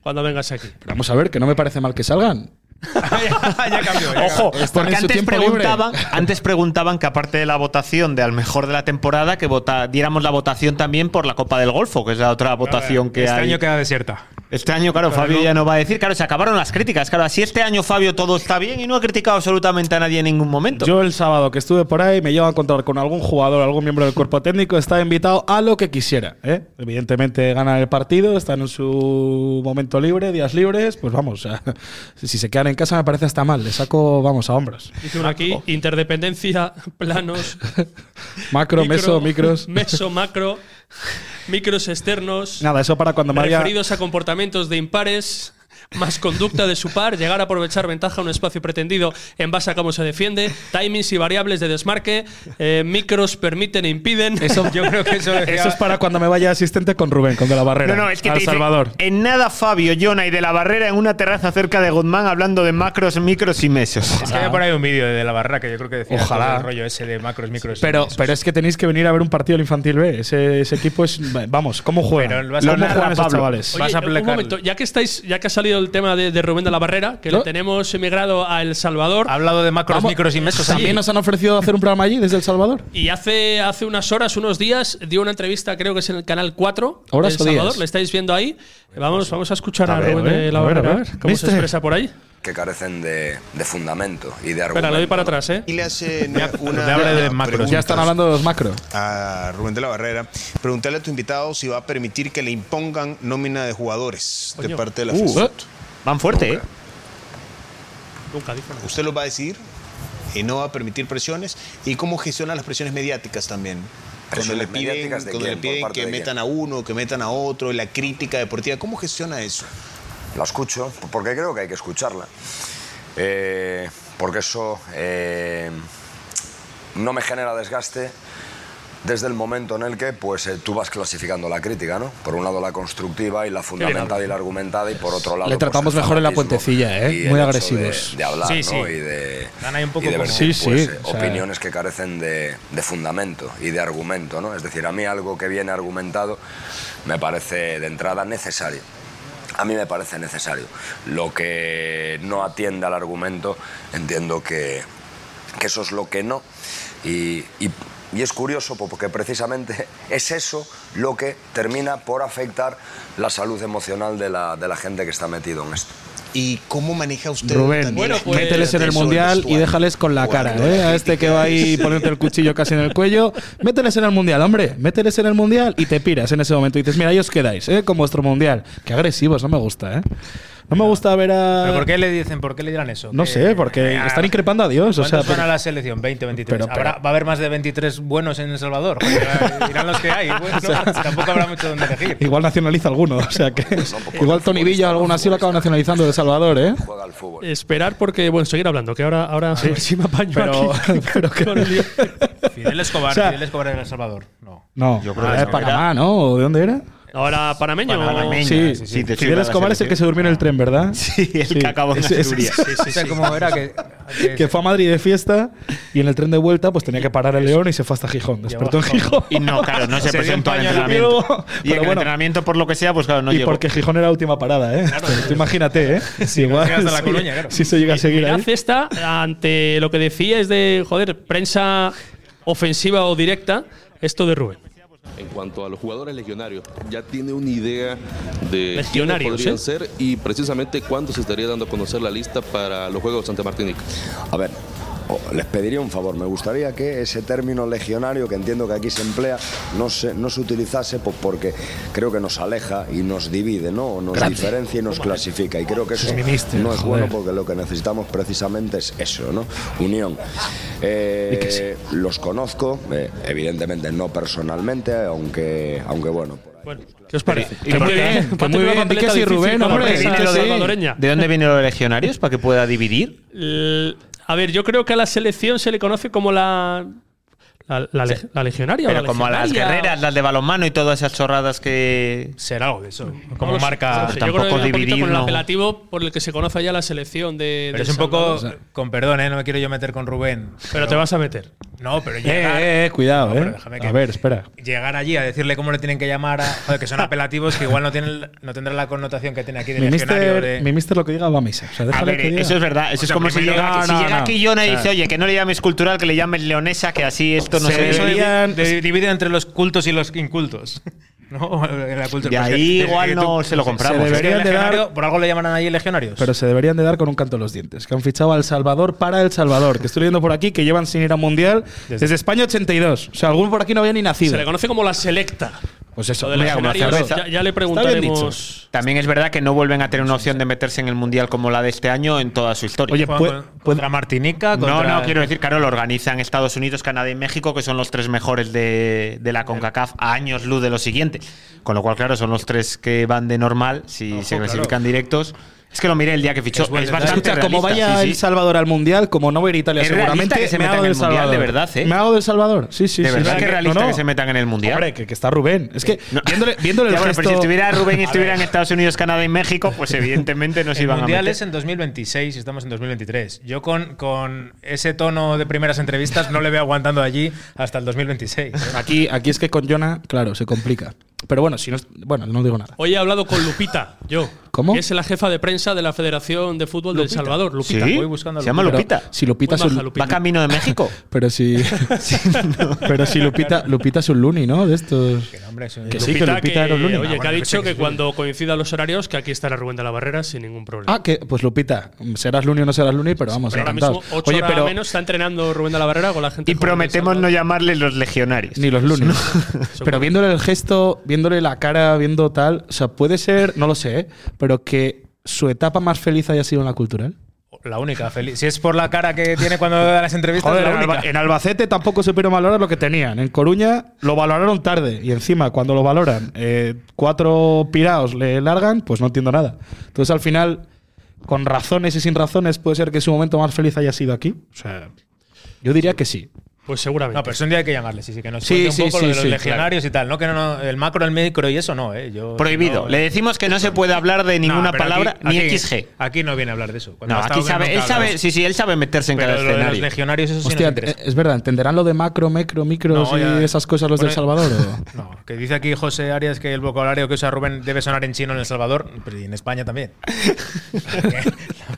Cuando vengas aquí.
Pero vamos a ver, que no me parece mal que salgan.
Ah, ya cambió. ya
Ojo, están
Porque
en su
antes
tiempo
preguntaban,
libre.
antes preguntaban que aparte de la votación de al mejor de la temporada, que vota, diéramos la votación también por la Copa del Golfo, que es la otra votación que
este
hay.
año queda desierta.
Este año, claro, Fabio ya no va a decir. Claro, se acabaron las críticas. Claro, así este año Fabio todo está bien y no ha criticado absolutamente a nadie en ningún momento.
Yo el sábado que estuve por ahí me llevo a encontrar con algún jugador, algún miembro del cuerpo técnico, estaba invitado a lo que quisiera. ¿eh? Evidentemente ganan el partido, están en su momento libre, días libres, pues vamos, a- si se quedan en casa me parece hasta mal, le saco, vamos, a hombros.
Dice uno
Ah,
aquí, interdependencia, planos,
Macro, meso, micros.
meso, macro, micros externos,
Nada, eso para cuando me haya…
referidos a comportamientos de impares, más conducta de su par, llegar a aprovechar ventaja en un espacio pretendido en base a cómo se defiende, timings y variables de desmarque, eh, micros permiten e impiden.
Eso,
Yo creo que eso decía-
eso es para cuando me vaya asistente con Rubén, con De la Barrera.
No, no, es que
al
te dice,
Salvador.
en nada Fabio, Jonah y de la Barrera en una terraza cerca de Guzmán hablando de macros, micros y mesos.
Es que había por ahí un vídeo de la barra que yo creo que decía
Ah. Ojalá.
todo el rollo ese de macros, micros. y
Pero,
esos.
pero es que tenéis que venir a ver un partido del Infantil B. Ese, ese equipo es. Vamos, ¿cómo juega?
Pero vas a
¿Cómo
narrar,
juegan esos
Pablo.
chavales?
Oye,
Vas a
un
aplicarlo.
momento, ya que estáis, ya que ha salido el tema de, de Rubén de la Barrera, que
¿No?
lo tenemos emigrado a El Salvador,
Ha hablado de macros,
Vamos,
micros y mesos.
También nos han ofrecido hacer un programa allí desde El Salvador.
Y hace, hace unas horas, unos días, dio una entrevista, creo que es en el canal 4.
¿Horas
del
o días?
Salvador, le estáis viendo ahí. Vamos, vamos a escuchar a,
A ver,
Rubén
a ver,
de la
a ver, a
Barrera,
ver.
cómo
Mister.
se expresa por ahí.
que carecen de, de fundamento y de
Espera, le doy
argumento.
para atrás, ¿eh?
Y le hace una
te habla de macros.
pregunta
Ya están hablando de los macro.
a Rubén de la Barrera, preguntarle a tu invitado si va a permitir que le impongan nómina de jugadores de
Coño.
parte de la
Uh,
FESUT.
Van fuerte, ¿eh?
Nunca dijo nada.
Usted los va a decidir y no va a permitir presiones. ¿Y cómo gestiona las presiones mediáticas también? Cuando
¿Presiones
le piden,
mediáticas de
cuando
quién?
le
¿Por
piden
parte
que
de quién?
metan a uno, que metan a otro, y la crítica deportiva, ¿cómo gestiona eso?
La escucho, porque creo que hay que escucharla. Eh, porque eso eh, no me genera desgaste desde el momento en el que pues, eh, tú vas clasificando la crítica, ¿no? Por un lado la constructiva y la fundamentada y la argumentada y por otro lado...
Le
pues,
tratamos
el
mejor en la
fanatismo
puentecilla, ¿eh?
y el
Muy
hecho
agresivos.
De, de hablar,
Sí, sí.
¿no? Y de,
Dan ahí un poco
y de
como-
vertir,
Sí,
pues,
sí,
eh,
o sea-
opiniones que carecen de, de fundamento y de argumento, ¿no? Es decir, a mí algo que viene argumentado me parece de entrada necesario. A mí me parece necesario. Lo que no atiende al argumento, entiendo que, que eso es lo que no. Y, y- y es curioso po- porque precisamente es eso lo que termina por afectar la salud emocional de la, de la gente que está metido en esto.
¿Y cómo maneja usted
Rubén,
también
Bueno,
las
pues,
mételes en el
presiones
mundial y
vestuarias?
déjales con la cara,
Cuando
¿eh?
la
A este que va ahí poniendo el cuchillo casi en el cuello. Mételes en el mundial, hombre. Mételes en el mundial y te piras en ese momento. Y dices, mira, ahí os quedáis, ¿eh? Con vuestro mundial. Qué agresivos, no me gusta, ¿eh? No me gusta ver a.
¿Pero ¿Por qué le dicen, por qué le dirán eso?
No
Que-
sé, porque
Ah,
están increpando a Dios. O sea,
¿Cuántos van a
pero-
la selección? 20, 23.
Pero-
Habrá-
pero-
¿Va a haber más de 23 buenos en El Salvador? Joder, Dirán los que hay. Bueno, tampoco habrá mucho donde elegir.
igual nacionaliza alguno. O sea que. igual Tony Villa o alguno así lo acaba nacionalizando de El Salvador, ¿eh?
Juega al fútbol.
Esperar porque, bueno, seguir hablando, que ahora, ahora a ver si me apaño
Pero-
aquí
pero que-
con el lío.
Fidel Escobar,
O sea-
Fidel Escobar en El Salvador. No.
No,
Yo creo
Ah,
que
de
no.
Panamá, ¿no? ¿O ¿De dónde era?
Ahora panameño.
Panameño. sí,
Sí,
sí.
sí.
Te sirve
Fidel
la
Escobar es el
selección.
que se durmió en el tren, ¿verdad?
Sí, el que acabó en
Ese- ese-
Asturias.
O sea, como era que.
que fue a Madrid de fiesta y en el tren de vuelta pues tenía que parar el León y se fue hasta Gijón. Despertó en Gijón.
Y no, claro, no se,
Se dio un
presentó al
paño al
entrenamiento.
amigo,
Y en
pero
el
bueno.
entrenamiento, por lo que sea, pues claro, no
y
llegó.
porque Gijón era la última parada, ¿eh? Tú imagínate, ¿eh? Si
no
igual,
llegas a La
si-
Coruña, claro.
si se llega a seguir
La
ahí.
cesta ante lo que decías de, joder, prensa ofensiva o directa, esto de Rubén.
En cuanto a los jugadores legionarios, ya tiene una idea de quiénes
Legionarios,
podrían
¿eh?
ser y precisamente cuándo se estaría dando a conocer la lista para los Juegos de Santa Martinica.
A ver, o- les pediría un favor. Me gustaría que ese término legionario, que entiendo que aquí se emplea, no se, no se utilizase po- porque creo que nos aleja y nos divide, ¿no? O nos diferencia y nos clasifica. Y creo que eso
mi mister,
no es
joder.
bueno porque lo que necesitamos precisamente es eso, ¿no? Unión. Eh, Los conozco, eh, evidentemente no personalmente, aunque, aunque bueno. por ahí.
Bueno, ¿qué os parece?
¿Y por qué? Pues muy bien, di que sí, Rubén, hombre, di que sí.
¿De dónde vienen los legionarios? ¿Para que pueda dividir?
A ver, yo creo que a la selección se le conoce como la. La, la leg- la legionaria. o
Pero
la
como a las
legionaria.
guerreras, las de balonmano y todas esas chorradas que.
Será algo de eso.
No
Como
lo sé, no
marca.
lo sé.
tampoco
yo creo que era un poquito
dividir,
con el
no.
apelativo por el que se conoce ya la selección de. de
Pero es un poco.
Salvador.
Con perdón, ¿eh? No me quiero yo meter con Rubén.
Pero te vas a meter.
No,
pues
pero
Eh,
llegar,
eh, eh, cuidado,
pero
¿eh?
déjame que-
A ver, espera.
llegar allí a decirle cómo le tienen que llamar, a- joder, que son apelativos que igual no, tienen, no tendrán la connotación que tiene aquí de
Mi
legionario.
mister,
de-
mi mister lo que diga va a misa. O sea,
A
déjale
ver,
que diga.
eso es verdad. Eso
O sea,
es como si
primero-
llega,
No,
si
no,
llega
no.
Quillona y dice, oye, que no le llames cultural, que le llames leonesa, que así esto no
Se
se,
ve eso de-
deberían-
de- divide entre los cultos y los incultos. ¿no? La cultura-
De
pues que-
ahí
desde
igual
que
no se lo
sé,
compramos. ¿eh?
es que el
Deberían de
legionario-
dar-
Por algo le llamarán allí legionarios.
Pero se deberían de dar con un canto en los dientes. Que han fichado al Salvador para El Salvador. Que estoy leyendo por aquí que llevan sin ir a Mundial desde, España 82. O sea, algún por aquí no había ni nacido.
Se le conoce como la selecta.
Pues eso.
Lo de
mira, como la
legionarios,
cerveza.
ya, ya le
dicho.
preguntaremos.
También es verdad que no vuelven a tener una opción de meterse en el mundial como la de este año en toda su historia.
Oye,
Juegan
pues-
con- contra Martinica,
no,
contra-
no, quiero decir, claro, lo organizan Estados Unidos, Canadá y México, que son los tres mejores de, de la CONCACAF a años luz de lo siguiente. Con lo cual, claro, son los tres que van de normal si se clasifican directos. Es que lo miré el día que fichó. Es,
buen detalle.
bastante
Escucha, como
realista,
vaya
sí, sí.
El Salvador al Mundial, como no va a ir Italia
Es realista
seguramente,
que se
me
meta en
hago del
el Mundial,
Salvador.
de verdad, ¿eh?
Me hago del Salvador, sí, sí.
De
sí,
verdad
sí.
que es
No,
realista
no.
que se metan en el mundial.
Hombre, que, que está Rubén. Es que
No.
viéndole, viéndole
Ya,
el
bueno,
gesto…
pero si estuviera Rubén y estuviera en Estados Unidos, Canadá y México, pues evidentemente no se
El
iban a
mundial
meter.
es en 2026 y estamos en 2023. Yo con, con ese tono de primeras entrevistas no le veo aguantando allí hasta el 2026.
Aquí, aquí es que con Jonah, claro, se complica. Pero bueno, si no, es- bueno, no digo nada.
Hoy he hablado con Lupita, yo.
¿Cómo?
Que es la jefa de prensa de la Federación de Fútbol del Salvador.
¿Sí?
Lupita.
voy buscando a
Se llama
Pero
Lupita.
Si
Muy
Lupita es un,
maja, Lupita.
Va camino de México.
pero si, pero si Lupita, Lupita es un luni, ¿no? De estos.
Que no, hombre, es un-
Que sí, que Lupita era un luni.
Oye,
Ah,
que ha
bueno,
dicho
pensé que
que
sí.
cuando coincidan los horarios, que aquí estará Rubén de la Barrera sin ningún problema.
Ah, que pues Lupita, serás luni o no serás luni, pero vamos,
pero ahora mismo,
encantados.
8
Oye,
horas
pero
menos, está entrenando Rubén de la Barrera con la gente.
Y
joven del
prometemos no
Salvador.
llamarle los legionarios.
ni los lunes. pero viéndole el gesto, viéndole la cara, viendo tal, o sea, puede ser, no lo sé, ¿eh? pero que su etapa más feliz haya sido en la cultural.
La única feliz. Si es por la cara que tiene cuando da las entrevistas,
Joder,
es la
en,
única.
Alba- en Albacete tampoco supieron valorar lo que tenían. En Coruña lo valoraron tarde. Y encima, cuando lo valoran, eh, cuatro piraos le largan, pues no entiendo nada. Entonces, al final, con razones y sin razones, puede ser que su momento más feliz haya sido aquí. O sea, yo diría que sí.
Pues seguramente.
No, pero es un día hay que llamarle, sí, sí, que nos
Sí,
cuente un
sí,
poco
sí,
lo de los
sí,
legionarios y tal, ¿no? Que no, no, el macro, el micro y eso no, ¿eh? Yo,
Prohibido.
no,
Le decimos que no se puede hablar de
No,
ninguna
pero aquí-
palabra ni
aquí-
XG.
Aquí no viene a hablar de eso. Cuando
No,
ha estado
aquí sabe,
bien,
él
nunca ha
sabe,
hablado.
sí, sí, él sabe meterse en cada
Pero lo de los
escenario.
legionarios, eso sí
Hostia,
nos interesa.
eh, es verdad, ¿entenderán lo de macro, micro, micros
No, ya-
y esas cosas los del
Bueno,
Salvador? o?
No, que dice aquí José Arias que el vocabulario que usa Rubén debe sonar en chino en El Salvador, pero y en España también.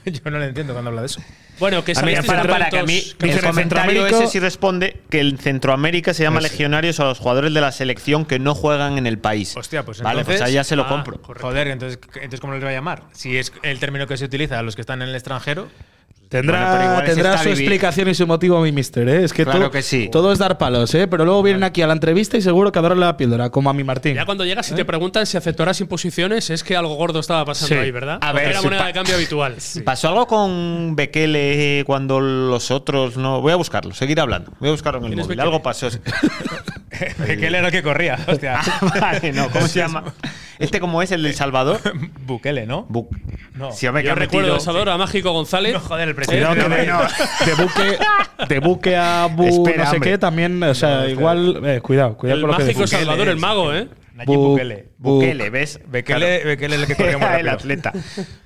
Yo no le entiendo cuando habla de eso.
bueno, que
A mí,
sabéis
este
para, para, que a mí el comentario
Centroamérica-
ese sí responde que en Centroamérica se llama legionarios a los jugadores de la selección que no juegan en el país.
Hostia, pues
Vale, pues
entonces-
ahí ya se lo
Ah,
compro.
correcto.
Joder, entonces, entonces ¿cómo les va a llamar? Si es el término que se utiliza a los que están en el extranjero.
Tendrá,
Bueno, pero igual ese
tendrá
está
su
divi-
explicación y su motivo, mi mister. ¿eh? Es que,
Claro
todo,
que sí.
todo es dar palos, ¿eh? pero luego vienen aquí a la entrevista y seguro que adoran la píldora, como a mi Martín.
Ya cuando llegas y te preguntan si aceptarás imposiciones, es que algo gordo estaba pasando
¿Eh? Sí.
ahí, ¿verdad?
A
Porque
ver,
era
su
moneda
pa-
de cambio habitual.
¿Pasó algo con Bekele eh, cuando los otros no.? Voy a buscarlo, seguir hablando. Voy a buscarlo en el
¿Quién es
móvil.
Bekele?
Algo pasó.
que él era el que corría. Hostia.
Ah, vale, no, ¿cómo se llama? Este, como es el del Salvador.
Bukele, ¿no?
Bu-
no.
Si hombre, que
Yo
ha
recuerdo
metido-
de Salvador a Mágico González. ¿eh?
No, joder, el presidente.
Cuidado que de, de buque, de buque a bu,
Espera,
no sé
hombre.
qué también, o sea, igual, eh, cuidado, cuidado
el
con lo que
mágico
decís.
Salvador, el mago, ¿eh?
Nayib Bukele.
Bu-
Bukele, ¿ves?
Bekele- Bekele es el que corría muy
Era el
rápido.
atleta.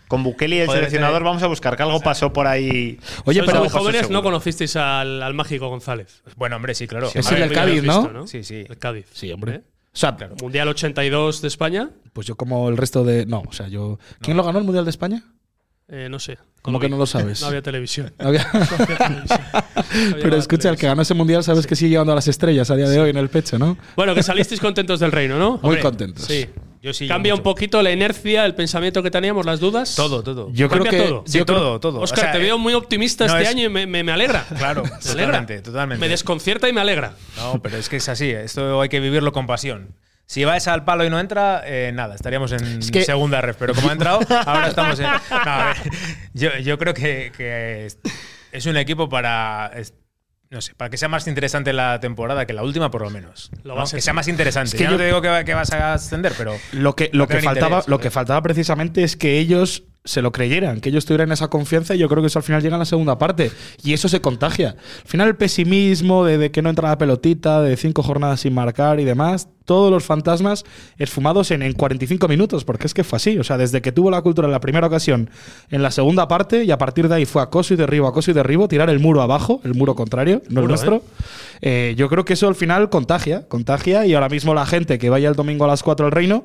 Con Bukele y el
Joder,
seleccionador
este-
vamos a buscar que algo pasó por ahí.
Sois muy
algo pasó
jóvenes
seguro.
no conocisteis al, al mágico González.
Bueno, hombre, sí, claro.
Es el del Cádiz, ¿no?
Sí, sí.
El Cádiz. ¿Eh?
Sí, hombre. O sea,
Mundial 82 de España,
pues yo como el resto de. No, o sea, yo. ¿Quién lo ganó el Mundial de España?
eh, no sé.
Como que no lo sabes.
No había televisión.
No había- Pero
la
escucha, el que ganó ese mundial sabes que sigue llevando a las estrellas a día de hoy en el pecho, ¿no?
Bueno, que salisteis contentos del reino, ¿no?
Muy contentos.
Sí.
Yo sí,
Cambia un poquito la inercia, el pensamiento que teníamos, las dudas.
Todo, todo.
Yo creo
Cambia
que-
todo.
Sí,
yo creo-
todo, todo.
Oscar,
O sea, eh,
te veo muy optimista
no
este
es-
año y me, me- me alegra.
Claro,
me alegra.
totalmente, totalmente.
Me desconcierta y me alegra.
No, pero es que es así. Esto hay que vivirlo con pasión. Si vais al palo y no entra, eh, nada, estaríamos en
que-
segunda ref. Pero como ha entrado, ahora estamos en. No, a ver, yo, yo creo que, que es- es un equipo para. es- no sé, para que sea más interesante la temporada que la última, por lo menos.
Lo
¿no?
va a ser.
Que sea más interesante.
Es que
ya
yo-
no te digo que, va- que vas a ascender, pero.
Lo que, lo,
No
que
tenían
faltaba,
interés,
lo
¿no?
que faltaba precisamente es que ellos se lo creyeran, que ellos tuvieran esa confianza y yo creo que eso al final llega en la segunda parte. Y eso se contagia. Al final el pesimismo de, de que no entra la pelotita, de cinco jornadas sin marcar y demás, todos los fantasmas esfumados en, en 45 minutos, porque es que fue así. O sea, desde que tuvo la cultura en la primera ocasión, en la segunda parte, y a partir de ahí fue acoso y derribo, acoso y derribo, tirar el muro abajo, el muro contrario, no el
Muro,
nuestro. Eh, yo creo que eso al final contagia, contagia y ahora mismo la gente que vaya el domingo a las 4 al reino,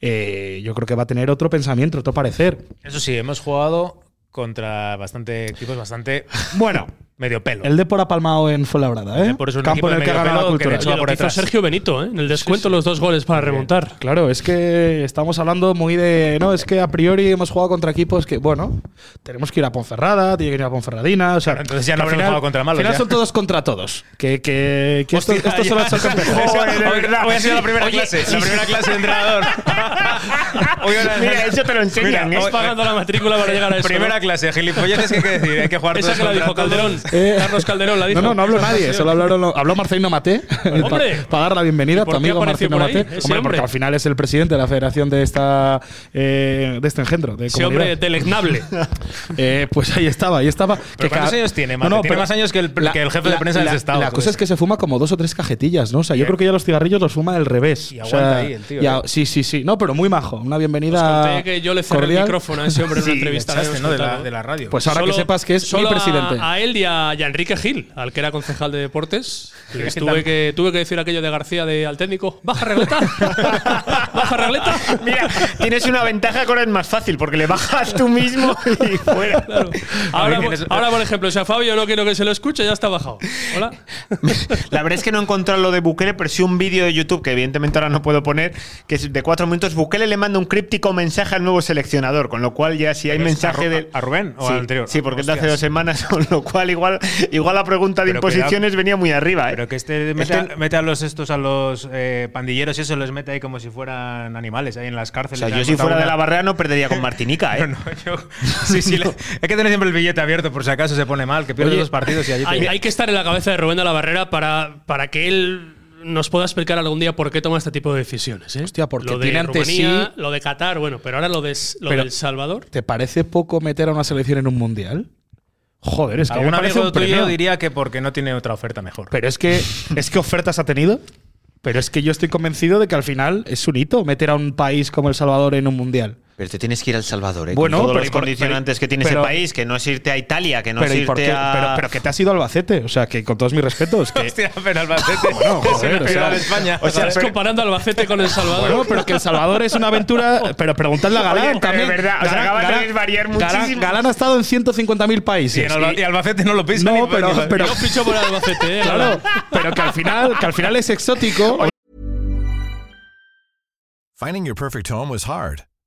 eh, yo creo que va a tener otro pensamiento, otro parecer.
Eso sí, hemos jugado contra bastante equipos bastante.
Bueno,
medio pelo.
el Depor ha palmado en Fuenlabrada, ¿eh?
Depor es un
Campo
equipo
en el
de
que ha
medio
ganado la
pelo que
cultura.
de hecho va
Oye, lo
por
que hizo
detrás.
Sergio Benito, ¿eh? En el descuento, los dos goles para remontar.
Claro, es que estamos hablando muy de. No, es que a priori hemos jugado contra equipos que, bueno, tenemos que ir a Ponferrada, tiene que ir a Ponferradina. O sea,
Claro, entonces ya no
al
habremos
final-
jugado contra malos,
Al final
ya.
son todos contra todos. Que, que, que esto,
Hostia,
esto solo
ya.
ha hecho el campeonato.
Joder, de verdad. Hoy ha sido la primera
Oye,
clase.
sí,
La primera
sí.
clase de entrenador. Hoy era-
Mira, eso te lo enseñan.
Mira,
¿eh?
hoy-
Es pagando la matrícula para llegar a eso.
Primera
¿no?
clase, gilipolleces que hay que decir, hay que jugar
Esa
todos
que la
contra
dijo
todos.
Calderón.
Eh.
Carlos Calderón la dijo.
No, no, no habló nadie. Solo hablaron, habló Marcelino Maté.
hombre.
Para dar la bienvenida a
¿Y por
tu
qué
amigo
apareció por
Marcelino
ahí ese
Maté. Hombre,
hombre?
porque al final es el presidente de la federación de esta eh, de este engendro. De
Ese hombre
comunidad.
deleznable.
Eh, pues ahí estaba, ahí estaba.
¿Pero cuántos
ca-
años tiene, Mate? Tiene más años que el- que el jefe de prensa del
la-
Estado,
La
joder.
cosa es que se fuma como dos o tres cajetillas, ¿no? O sea, yo creo que ya los cigarrillos los fuma del revés.
Y
O
aguanta
sea,
ahí el tío,
y
¿eh?
a- sí, sí, sí. No, pero muy majo. Una
Os
bienvenida.
conté que yo le cerré
Ah, cordial.
el micrófono a ese hombre en una
Sí,
entrevista.
le echaste,
habíamos
¿no? de, la,
contado.
de la radio.
Pues ahora que
Solo-
sepas que es mi
solo a-
presidente.
A, él y a, y a Enrique Gil, al que era concejal de deportes. Les
es que
tuve,
tam-
que, tuve que decir aquello de García de, al técnico: ¡Baja regleta! ¡Baja regleta!
Mira, tienes una ventaja que ahora es más fácil, porque le bajas tú mismo y fuera.
Claro. Ahora,
A mí
por-
tienes-
ahora, por ejemplo, si a Fabio no quiero que se lo escuche, ya está bajado. Hola.
La verdad es que no he encontrado lo de Bukele, pero sí un vídeo de YouTube que evidentemente ahora no puedo poner, que es de cuatro minutos. Bukele le manda un críptico mensaje al nuevo seleccionador, con lo cual ya si hay
¿Pero es
mensaje
a Ru-
de…
a Rubén o
sí,
al anterior?
Sí, porque es de hace
Hostias.
dos semanas, con lo cual igual, igual la pregunta de
Pero que
imposiciones venía muy arriba. ¿eh?
Pero que este mete, a- mete a los estos a los eh, pandilleros y eso los mete ahí como si fueran animales ahí en las
o
cárceles.
sea,
Han
yo si
montado
fuera de
una-
la barrera no perdería con Martinica, ¿eh?
No, no, yo- sí, sí, le- hay que tener siempre el billete abierto por si acaso se pone mal, que pierde
Oye,
dos partidos y allí te-
Hay, hay que estar en la cabeza de Rubén de la Barrera para, para que él nos pueda explicar algún día por qué toma este tipo de decisiones. ¿eh?
Hostia, porque
lo de
tiene ante
Rumanía,
sí-
lo de Qatar, bueno, pero ahora lo de, S- lo
Pero-
del Salvador.
¿Te parece poco meter a una selección en un mundial? Joder, es que a mí
Algún
me parece
amigo
un
tuyo
premio.
diría que porque no tiene otra oferta mejor.
Pero es que, es que ofertas ha tenido. Pero es que yo estoy convencido de que al final es un hito meter a un país como El Salvador en un mundial.
Pero te tienes que ir al Salvador, ¿eh?
Bueno,
Con todos
pero-
los
pero-
condicionantes que tiene
pero-
ese país, que no es irte a Italia, que no
pero,
es
¿y
irte
por qué?
a…
Pero, pero que te has ido a Albacete. O sea, que con todos mis respetos. que-
Hostia, pero Albacete
Bueno, joder,
es
o
una
sea,
de España.
o sea,
Estás
pero-
comparando Albacete con El Salvador.
Bueno, pero que El Salvador es una aventura. Pero preguntadle a Galán
Oye, pero
también.
de verdad, o sea, acaba de desvariar
Galán-
muchísimo.
Galán ha estado en 150.000
y,
países.
en Alba- y Albacete no lo pisa
No,
ni-
pero-
ni-
pero-
Yo ficho por Albacete, ¿eh?
Claro, pero que al final, Ah, que al final es exótico.
Finding your perfect home was hard,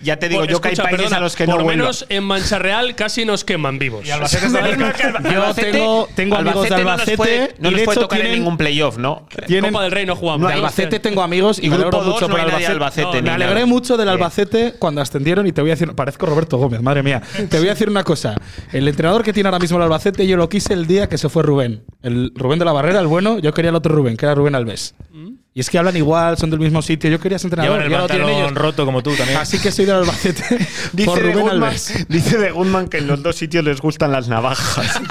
ya te digo
Bueno,
yo que hay
escucha,
países
perdona,
a los que
por
no vuelvo.
menos en Mancha Real casi nos queman vivos.
Albacete está cerca. Yo Albacete- tengo- tengo amigos de Albacete y de hecho tienen- playoff, ¿no?
tienen-
Copa del Rey no jugamos.
De Albacete tengo amigos y me
Grupo
alegro
dos,
mucho
no
por
hay nadie
Albacete.
de Albacete, ni
me
nada.
alegré mucho del Albacete cuando ascendieron y te voy a decir, parezco Roberto Gómez, madre mía. Te voy a decir una cosa. El entrenador que tiene ahora mismo el Albacete, yo lo quise el día que se fue Rubén. El Rubén de la Barrera, el bueno, yo quería el otro Rubén, que era Rubén Alves.
Mm.
Y es que hablan igual, son del mismo sitio. Yo quería ese entrenador.
Llevan el
ya lo tienen
pantalón
ellos.
roto como tú también.
Así que soy del Albacete.
Dice
por
de,
Rubén
Goodman,
Alves.
dice de Goodman que en los dos sitios les gustan las navajas.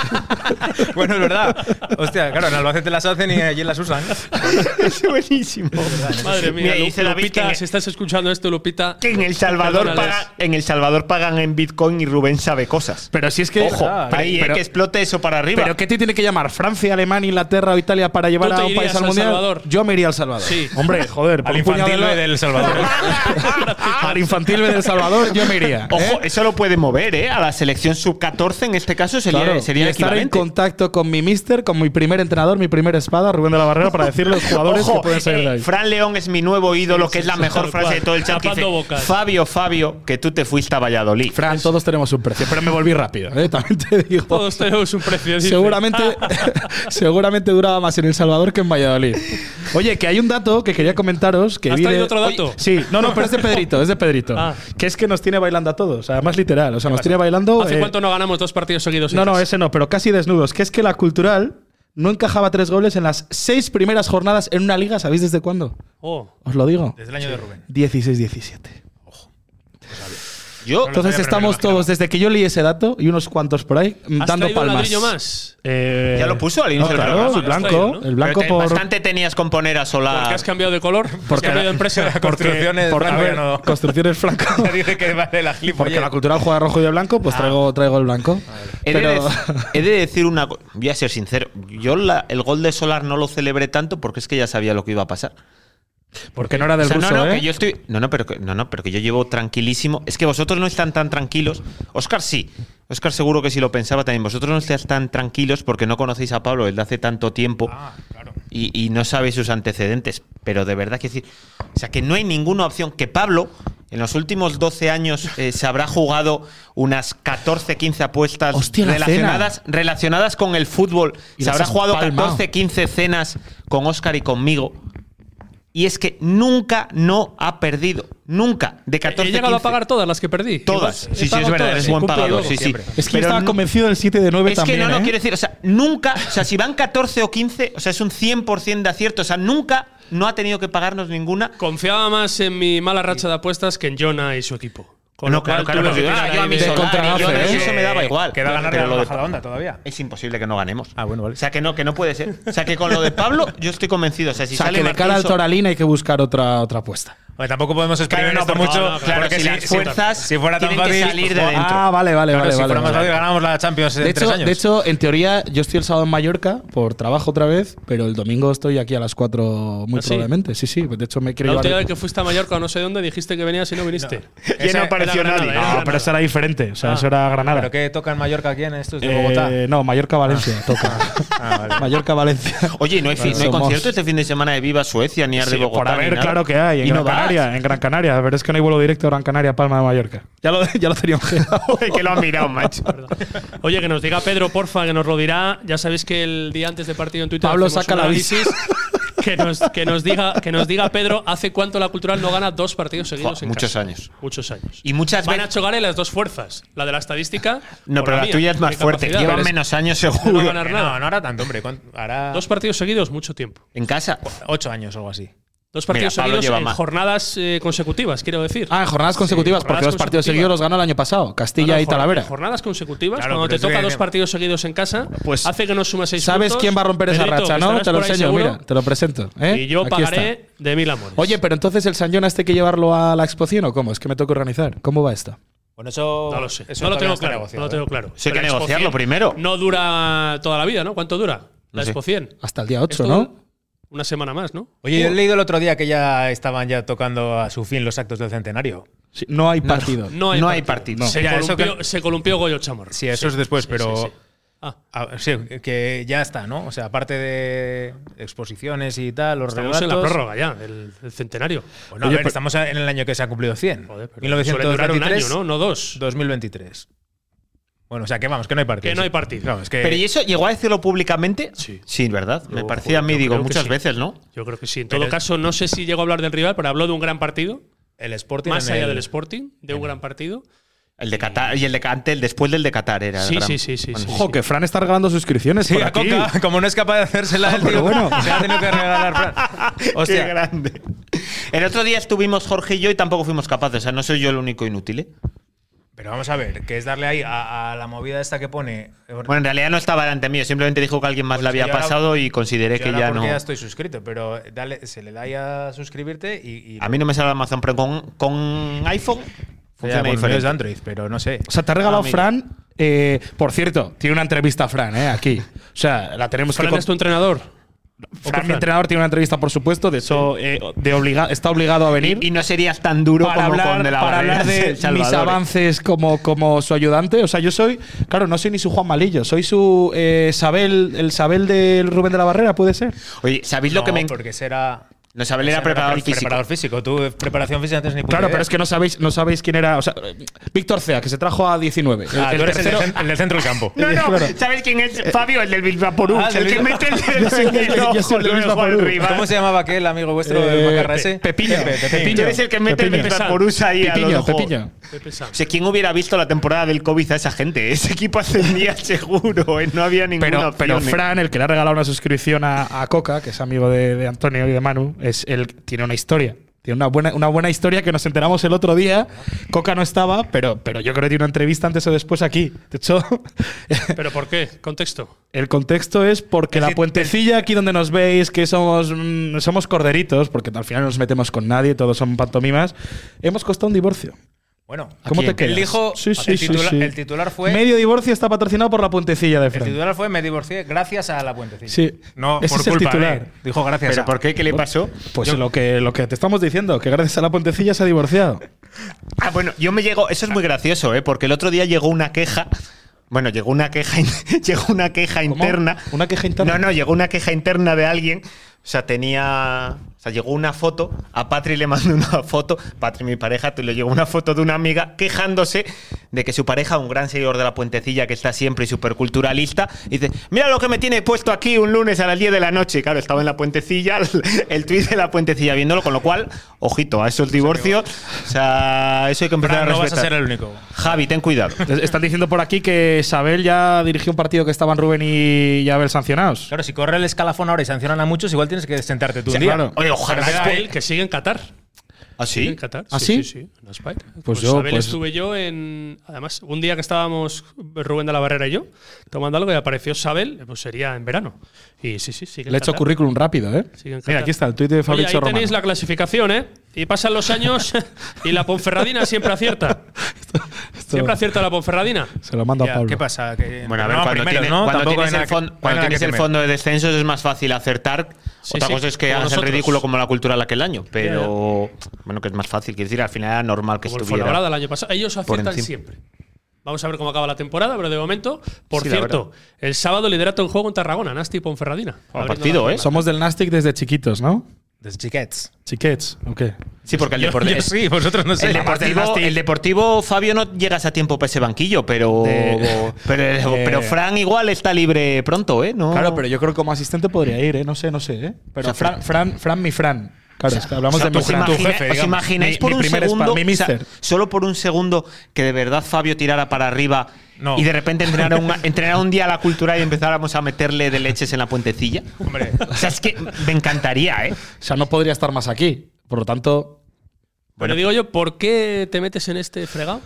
Bueno, es verdad. Hostia, claro, en Albacete las hacen y allí las usan.
es buenísimo.
Madre mía,
Mira,
Lu-
dice David
Lupita,
que-
si estás escuchando esto, Lupita.
Que en El Salvador,
perdónales.
paga- en el Salvador pagan en Bitcoin y Rubén sabe cosas.
Pero si es que.
Ojo,
Ah,
ahí eh,
pero-
que explote eso para arriba.
¿Pero qué te tiene que llamar? ¿Francia, Alemania, Inglaterra o Italia para llevar
¿Tú te
a un
irías
país al
al
mundial?
Salvador?
Yo me iría al Salvador.
Sí.
Hombre, joder. por
Al
un puñado
infantil
de
B
lo-
del Salvador.
Al infantil B del Salvador yo me iría. ¿eh?
Ojo, eso lo puede mover, ¿eh? A la selección sub-14 en este caso sería,
Claro,
sería
y estar en
equivalente.
contacto con mi mister, con mi primer entrenador, mi primera espada, Rubén de la Barrera, para decirle a los jugadores
Ojo,
que pueden salir de
eh,
ahí.
Fran León es mi nuevo ídolo, que es la
sí,
mejor
tal
frase de
cual.
todo el chat. que
Tapando
dice,
bocas.
Fabio, Fabio, que tú te fuiste a Valladolid.
Fran, todos tenemos un precio, pero me volví rápido, ¿eh? también te digo.
Todos tenemos un precio. dice. Ah,
Seguramente, seguramente duraba más en El Salvador que en Valladolid. Oye, que hay un dato que quería comentaros. Que
¿Has
vi de-
traído otro dato?
Oye, sí, no, no, pero es de Pedrito, es de Pedrito.
Ah.
Que es que nos tiene bailando a todos, o sea, más literal. O sea, nos tiene bailando.
¿Hace
eh,
cuánto no ganamos dos partidos seguidos?
no, no, ese no, pero casi desnudos. Que es que la cultural no encajaba tres goles en las seis primeras jornadas en una liga, ¿sabéis desde cuándo?
Oh.
Os lo digo.
Desde el año de Rubén.
16-17.
Yo,
Entonces estamos todos, desde que yo leí ese dato y unos cuantos por ahí, mm,
¿Has
dando
traído un
palmas.
ladrillo más?
Eh,
Ya lo puso al inicio
no,
del
claro,
programa.
el blanco, el blanco
Pero te-
por
Bastante tenías con poner a
¿Por qué
Solar.
has cambiado de color? ¿Has
Porque-
cambiado de empresa?
Construcciones,
porque-
Franco, ya no.
construcciones Franco.
Ya dije que vale la
Porque
gilipollez.
la cultural juega rojo y de blanco,
Ah.
pues traigo, traigo el blanco.
He de,
Pero
dec- he de decir una cosa. Voy a ser sincero. Yo la- el gol de Solar no lo celebré tanto porque es que ya sabía lo que iba a pasar.
porque no era del
O sea,
ruso,
no, no,
¿eh?
que yo estoy. No, no, pero que, no, no, pero que yo llevo tranquilísimo. Es que vosotros no están tan tranquilos. Oscar sí. Oscar seguro que si lo pensaba también. Vosotros no estáis tan tranquilos porque no conocéis a Pablo desde hace tanto tiempo
Ah,
y, y no sabéis sus antecedentes. Pero de verdad que decir. O sea, que no hay ninguna opción. Que Pablo. En los últimos 12 años eh, se habrá jugado unas 14, 15 apuestas
Hostia, la
relacionadas, relacionadas con el fútbol.
Y
se
las
habrá
has
jugado
palmao.
14, 15 cenas con Oscar y conmigo. Y es que nunca no ha perdido. Nunca. De 14
He llegado a
15.
pagar todas las que perdí.
Todas.
He
Sí, sí,
pagado
es verdad.
todas.
Eres buen
Cumple
pagador.
todo.
Sí, sí.
Es que yo
Pero
estaba
nu-
convencido del 7 de 9
Es
también.
que no, no
¿eh?
quiero decir. O sea, nunca. O sea, si van 14 o 15, o sea, es un 100% de acierto. O sea, nunca no ha tenido que pagarnos ninguna.
Confiaba más en mi mala racha de apuestas que en Jonah y su equipo. Con
No,
lo cual
claro, claro.
tuve
porque,
que tirar
ah, yo a
ahí
mi
de-
Solari, yo-
contragafe, ¿eh?
Eso me daba igual.
Queda ganar
Pero
la
lo de-
baja la onda todavía.
Es imposible que no ganemos.
Ah,
O
bueno, vale.
sea, que no, que no puede ser. O sea, que con lo de Pablo, yo estoy convencido. O sea, si
o sea,
sale
que de
Martín
cara al
Sol-
Toralín hay que buscar otra, otra apuesta.
Oye, tampoco podemos exprimir
Claro, no,
esto
porque-
mucho.
no, no, claro,
porque
si las fuerzas
si fuera tan
tienen que
fácil.
salir de
jo-
dentro.
Ah, vale, vale,
Claro,
vale.
si
vale,
fuera más
vale.
fácil, ganábamos la Champions en
De
tres
hecho,
años.
de hecho, en teoría, yo estoy el sábado en Mallorca por trabajo otra vez, pero el domingo estoy aquí a las 4 muy
¿Ah, sí?
probablemente. Sí, sí. De hecho, me
La
quiero
última vez
llevar.
que fuiste a Mallorca o no sé dónde dijiste que venías y no viniste.
Y no apareció
era Granada,
nadie.
era Granada.
era diferente. O sea,
Ah.
era
¿Pero qué toca en Mallorca aquí en estos de
Eh,
Bogotá?
no, Mallorca-Valencia toca. Mallorca-Valencia.
Ah, Oye, ¿y no hay, fi- no hay
Somos-
concierto este fin de semana de Viva Suecia ni Arde
Sí,
Bogotá.
por
ni
haber,
nada?
claro que hay. En
¿Y
Gran
no vas?
Canaria, en Gran Canaria. Pero es que no hay vuelo directo a Gran Canaria, Palma de Mallorca. Ya lo, ya lo teníamos quedado.
que lo han mirado, macho.
Oye, que nos diga Pedro, porfa, que nos lo dirá. Ya sabéis que el día antes del partido en Twitter.
Pablo
hacemos
saca
un
la
análisis. Que nos, que, nos diga, que nos diga Pedro hace cuánto la cultural no gana dos partidos seguidos
Jo,
en
muchos
casa.
años.
Muchos años.
Y muchas
Van a
veces.
chocar en las dos fuerzas. La de la estadística.
No,
o
pero la
mía,
tuya es
mi
más fuerte.
capacidad.
Lleva
Pero es-
menos años
no va a
seguro.
ganar
Que
nada.
No, no hará tanto, hombre. ¿Cuánto- Hará
Dos partidos seguidos, mucho tiempo.
En casa.
ocho años o algo así.
Dos partidos
Mira, Pablo lleva
seguidos en
más.
jornadas eh, consecutivas, quiero decir.
Ah, en jornadas consecutivas, porque
jornadas
los partidos seguidos los ganó el año pasado. Castilla
No,
y
no, jor-
Talavera.
Jornadas consecutivas,
Claro,
cuando
pero
te
eso
toca
que-
dos partidos seguidos en casa,
Pues,
hace que no suma seis
¿Sabes
puntos.
quién va a romper esa
Pedrito,
racha,
que
no?
estarás
Te lo
por ahí
enseño,
seguro.
mira, te lo presento. ¿eh?
Y yo
Aquí
pagaré
está.
de mil amores.
Oye, pero entonces el San Jonas este hay que llevarlo a la exposición o cómo? Es que me toca organizar. ¿Cómo va esto?
Bueno, eso.
no lo sé.
eso
No lo,
todavía
tengo
está
claro,
negociado,
no lo
¿eh?
tengo claro.
Eso hay que
Pero Expo
negociarlo
100
primero.
No dura toda la vida, ¿no? ¿Cuánto dura? La
No sé.
Expo 100.
Hasta el día 8,
Esto
¿no?
Una semana más, ¿no?
uh.
Oye, yo he leído el otro día que ya estaban ya tocando a su fin los actos del centenario.
Sí, no hay
No,
partido.
Uh, No hay, Se,
Ya, eso que-
columpió, se columpió Goyo Chamorro.
Sí, eso es después, pero.
sí, sí.
Ah, sí, que ya está, ¿no? O sea, aparte de exposiciones y tal, los
Estamos en la
relatos-
prórroga ya, del, del centenario.
Bueno, a ver, estamos en el año que se ha cumplido 100.
Joder, pero suele durar
1923,
un año, ¿no? No dos.
2023. Bueno, o sea, que vamos, que no hay partido.
Que no hay partido.
Claro, es que-
Pero ¿y eso llegó a decirlo públicamente? Sí. Sí, ¿verdad? Me
Yo-
parecía a mí,
yo
digo,
creo que
muchas
sí.
veces, ¿no?
Yo creo que sí. En
Pero
todo
es-
caso, no sé si llegó a hablar del rival, pero habló de un gran partido.
El Sporting.
Más
en
allá
el-
del Sporting, de un gran partido.
El de Qatar y el de ante el después del de Qatar era. el
Sí,
gran-
sí, sí, sí, sí,
Ojo, que Fran está regalando suscripciones.
Sí,
por
a
aquí.
Coca, como no es capaz de hacérsela el tío,
bueno.
se la ha tenido que regalar. Fran. Hostia.
Qué grande. El otro día estuvimos Jorge y yo y tampoco fuimos capaces. O sea, no soy yo el único inútil. ¿eh?
Pero vamos a ver, que es darle ahí a, a la movida esta que pone. eh, Bueno,
Bueno, en realidad no estaba delante mío. Simplemente dijo que alguien más le
es que
había
yo ahora-
pasado y consideré que ya no.
ya estoy suscrito, pero dale, se le da ahí a suscribirte y. y-
A mí no me sale Amazon, pero con, con iPhone
Ya,
funciona
bueno,
diferente.
es de Android, pero no sé.
O sea, te ha regalado
Ah, mira.
Fran. eh, por cierto, tiene una entrevista a Fran, ¿eh? Aquí. O sea, la tenemos que
¿Fran
con-
es tu entrenador?
Fran, mi entrenador, tiene una entrevista, por supuesto. De hecho, eh, de obliga- está obligado a venir.
Y no serías tan duro
para
como
hablar,
con de la
para
Barrera
hablar
El
de mis
Salvador, ¿eh?
avances como, como su ayudante. O sea, yo soy, claro, no soy ni su Juan Malillo, soy su eh, Sabel, el Sabel del Rubén de la Barrera, puede ser.
Oye, ¿sabéis lo
No,
que me.?
Porque será.
No, Sabel era preparador
pre-
físico.
Preparador físico. Tú, eh, preparación física, no tienes ni puta
Claro,
idea.
pero es que no sabéis, no sabéis quién era. O sea, Víctor Cea, que se trajo a 19.
Ah, tú eres el,
tercero-
del cen- el del centro del campo.
No, no,
Claro. Eh,
¿sabes quién es? Fabio, el del Bilbao Porú.
Ah,
el
del
que
Bilbao.
mete el dedo
Yo soy
en
el
el
del- yo soy
ojo
el del
luego
Bilbao
al
Porú.
rival.
Uh, ¿Cómo se llamaba aquel amigo vuestro del
Eh,
Macarra ese?
Pe- Pepillo.
Pepe,
Tú eres el que mete el
Pepiño.
Bilbao Porú ahí al
Pepiño,
ojo.
Pepiño.
Pepe Sam.
O sea, ¿quién hubiera visto la temporada del COVID a esa gente? Ese equipo ascendía seguro, ¿eh? no había ninguna
Pero,
opción.
pero
¿eh?
Fran, el que le ha regalado una suscripción a, a Coca, que es amigo de, de Antonio y de Manu, es el, tiene una historia. Tiene una buena, una buena historia que nos enteramos el otro día. Coca no estaba, pero, pero yo creo que tiene una entrevista antes o después aquí. De hecho,
¿Pero por qué? Contexto.
el contexto es porque
Es
la
que-
puentecilla, aquí donde nos veis, que somos, mm, somos corderitos, porque al final no nos metemos con nadie, todos son pantomimas, hemos costado un divorcio.
Bueno,
¿Cómo te quedas?
Él dijo,
Sí, sí,
el,
sí,
titula-
sí.
el titular fue…
Medio divorcio está patrocinado por la puentecilla de
el
Fran.
titular fue me divorcié gracias a la puentecilla.
Sí.
No,
Ese
por
es el
culpa,
titular.
¿eh? Dijo gracias
¿Pero
a…
por qué? ¿Qué le pasó?
Pues lo, que, lo que te estamos diciendo, que gracias a la puentecilla se ha divorciado.
Ah, bueno, yo me llegó. Eso es muy gracioso, ¿eh? Porque el otro día llegó una queja. Bueno, llegó una queja, in- llegó una queja interna.
¿Una queja interna?
No, no, llegó una queja interna de alguien. O sea, tenía. O sea, llegó una foto. A Patri le mandó una foto. Patri, mi pareja, te le llegó una foto de una amiga quejándose de que su pareja, un gran seguidor de la puentecilla que está siempre y superculturalista, dice: Mira lo que me tiene puesto aquí un lunes a las 10 de la noche. Claro, estaba en la puentecilla, el, el tuit de la puentecilla viéndolo, con lo cual, ojito a esos divorcios. O sea, eso hay que empezar
Fran,
a
no vas a
respetar.
ser el único.
Javi, ten cuidado.
Es- Están diciendo por aquí que Isabel ya dirigió un partido que estaban Rubén y y Abel sancionados.
Claro, si corre el escalafón ahora y sancionan a muchos, igual tienes que sentarte tú
Sí,
un día.
claro.
Oye, ojalá.
Pero
esté-
Isabel, que sigue en Qatar.
¿Ah, sí?
Sigue en Qatar.
¿Ah,
sí?
sí?
Sí, sí, en Aspire. Pues,
yo,
Isabel
pues-
estuve yo en. Además, un día que estábamos Rubén de la Barrera y yo tomando algo y apareció Sabel, pues sería en verano. Y sí, sí, sigue en
Le he hecho
Qatar.
currículum rápido, ¿eh?
Sigue en
Mira,
Qatar.
aquí está el tuit de
Oye, ahí
Fabricio Romano.
tenéis la clasificación, ¿eh? Y pasan los años y la Ponferradina siempre acierta.
Esto
Siempre acierta la Ponferradina.
se lo mando a
Ya,
Pablo.
¿Qué pasa? Que-
Bueno, a ver,
no,
cuando,
primero,
tiene-
¿no?
cuando
Tampoco
tienes, el,
hay nada que-
fon-
no hay
cuando
nada
tienes
que
el
temer.
fondo de descensos es más fácil acertar.
Sí,
Otra
sí,
cosa es que
como
hagas el
nosotros.
ridículo como la cultura a la que el año, pero bueno, que es más fácil. Quiero decir, al final era normal que
Como el Fuenlabrada
estuviera.
el año pasado. Ellos
por
aciertan
encima.
siempre. Vamos a ver cómo acaba la temporada, pero de momento, por
Sí, la
cierto, el sábado liderato en juego en Tarragona, Nasti y Ponferradina.
Buen
Abriendo
partido,
la
¿eh?
jornada.
Somos del Nastic desde chiquitos, ¿no?
Desde chiquets.
Chiquets, ok.
Sí, porque el
Yo-
deporte-
yo sí, vosotros no sé.
El deportivo, el deportivo, Fabio, no llegas a tiempo para ese banquillo, pero,
De-
pero,
de-
pero Fran igual está libre pronto, ¿eh? No,
Claro, pero yo creo que como asistente podría ir, ¿eh? No sé, no sé, ¿eh? Pero
O sea,
Fran, Fran, Fran, mi Fran. Claro, es que hablamos
O sea,
de mi
¿os
Fran.
imagina- ¿Os
digamos.
imagináis
Mi-
por
mi
un
primer spa-
segundo,
mi
o sea,
mister.
solo por un segundo, que de verdad Fabio tirara para arriba
No.
y de repente entrenara un, entrenara un día a la cultura y empezáramos a meterle de leches en la puentecilla?
Hombre.
O sea, es que me encantaría, ¿eh?
O sea, no podría estar más aquí. Por lo tanto,
Pero digo yo, ¿por qué te metes en este fregado?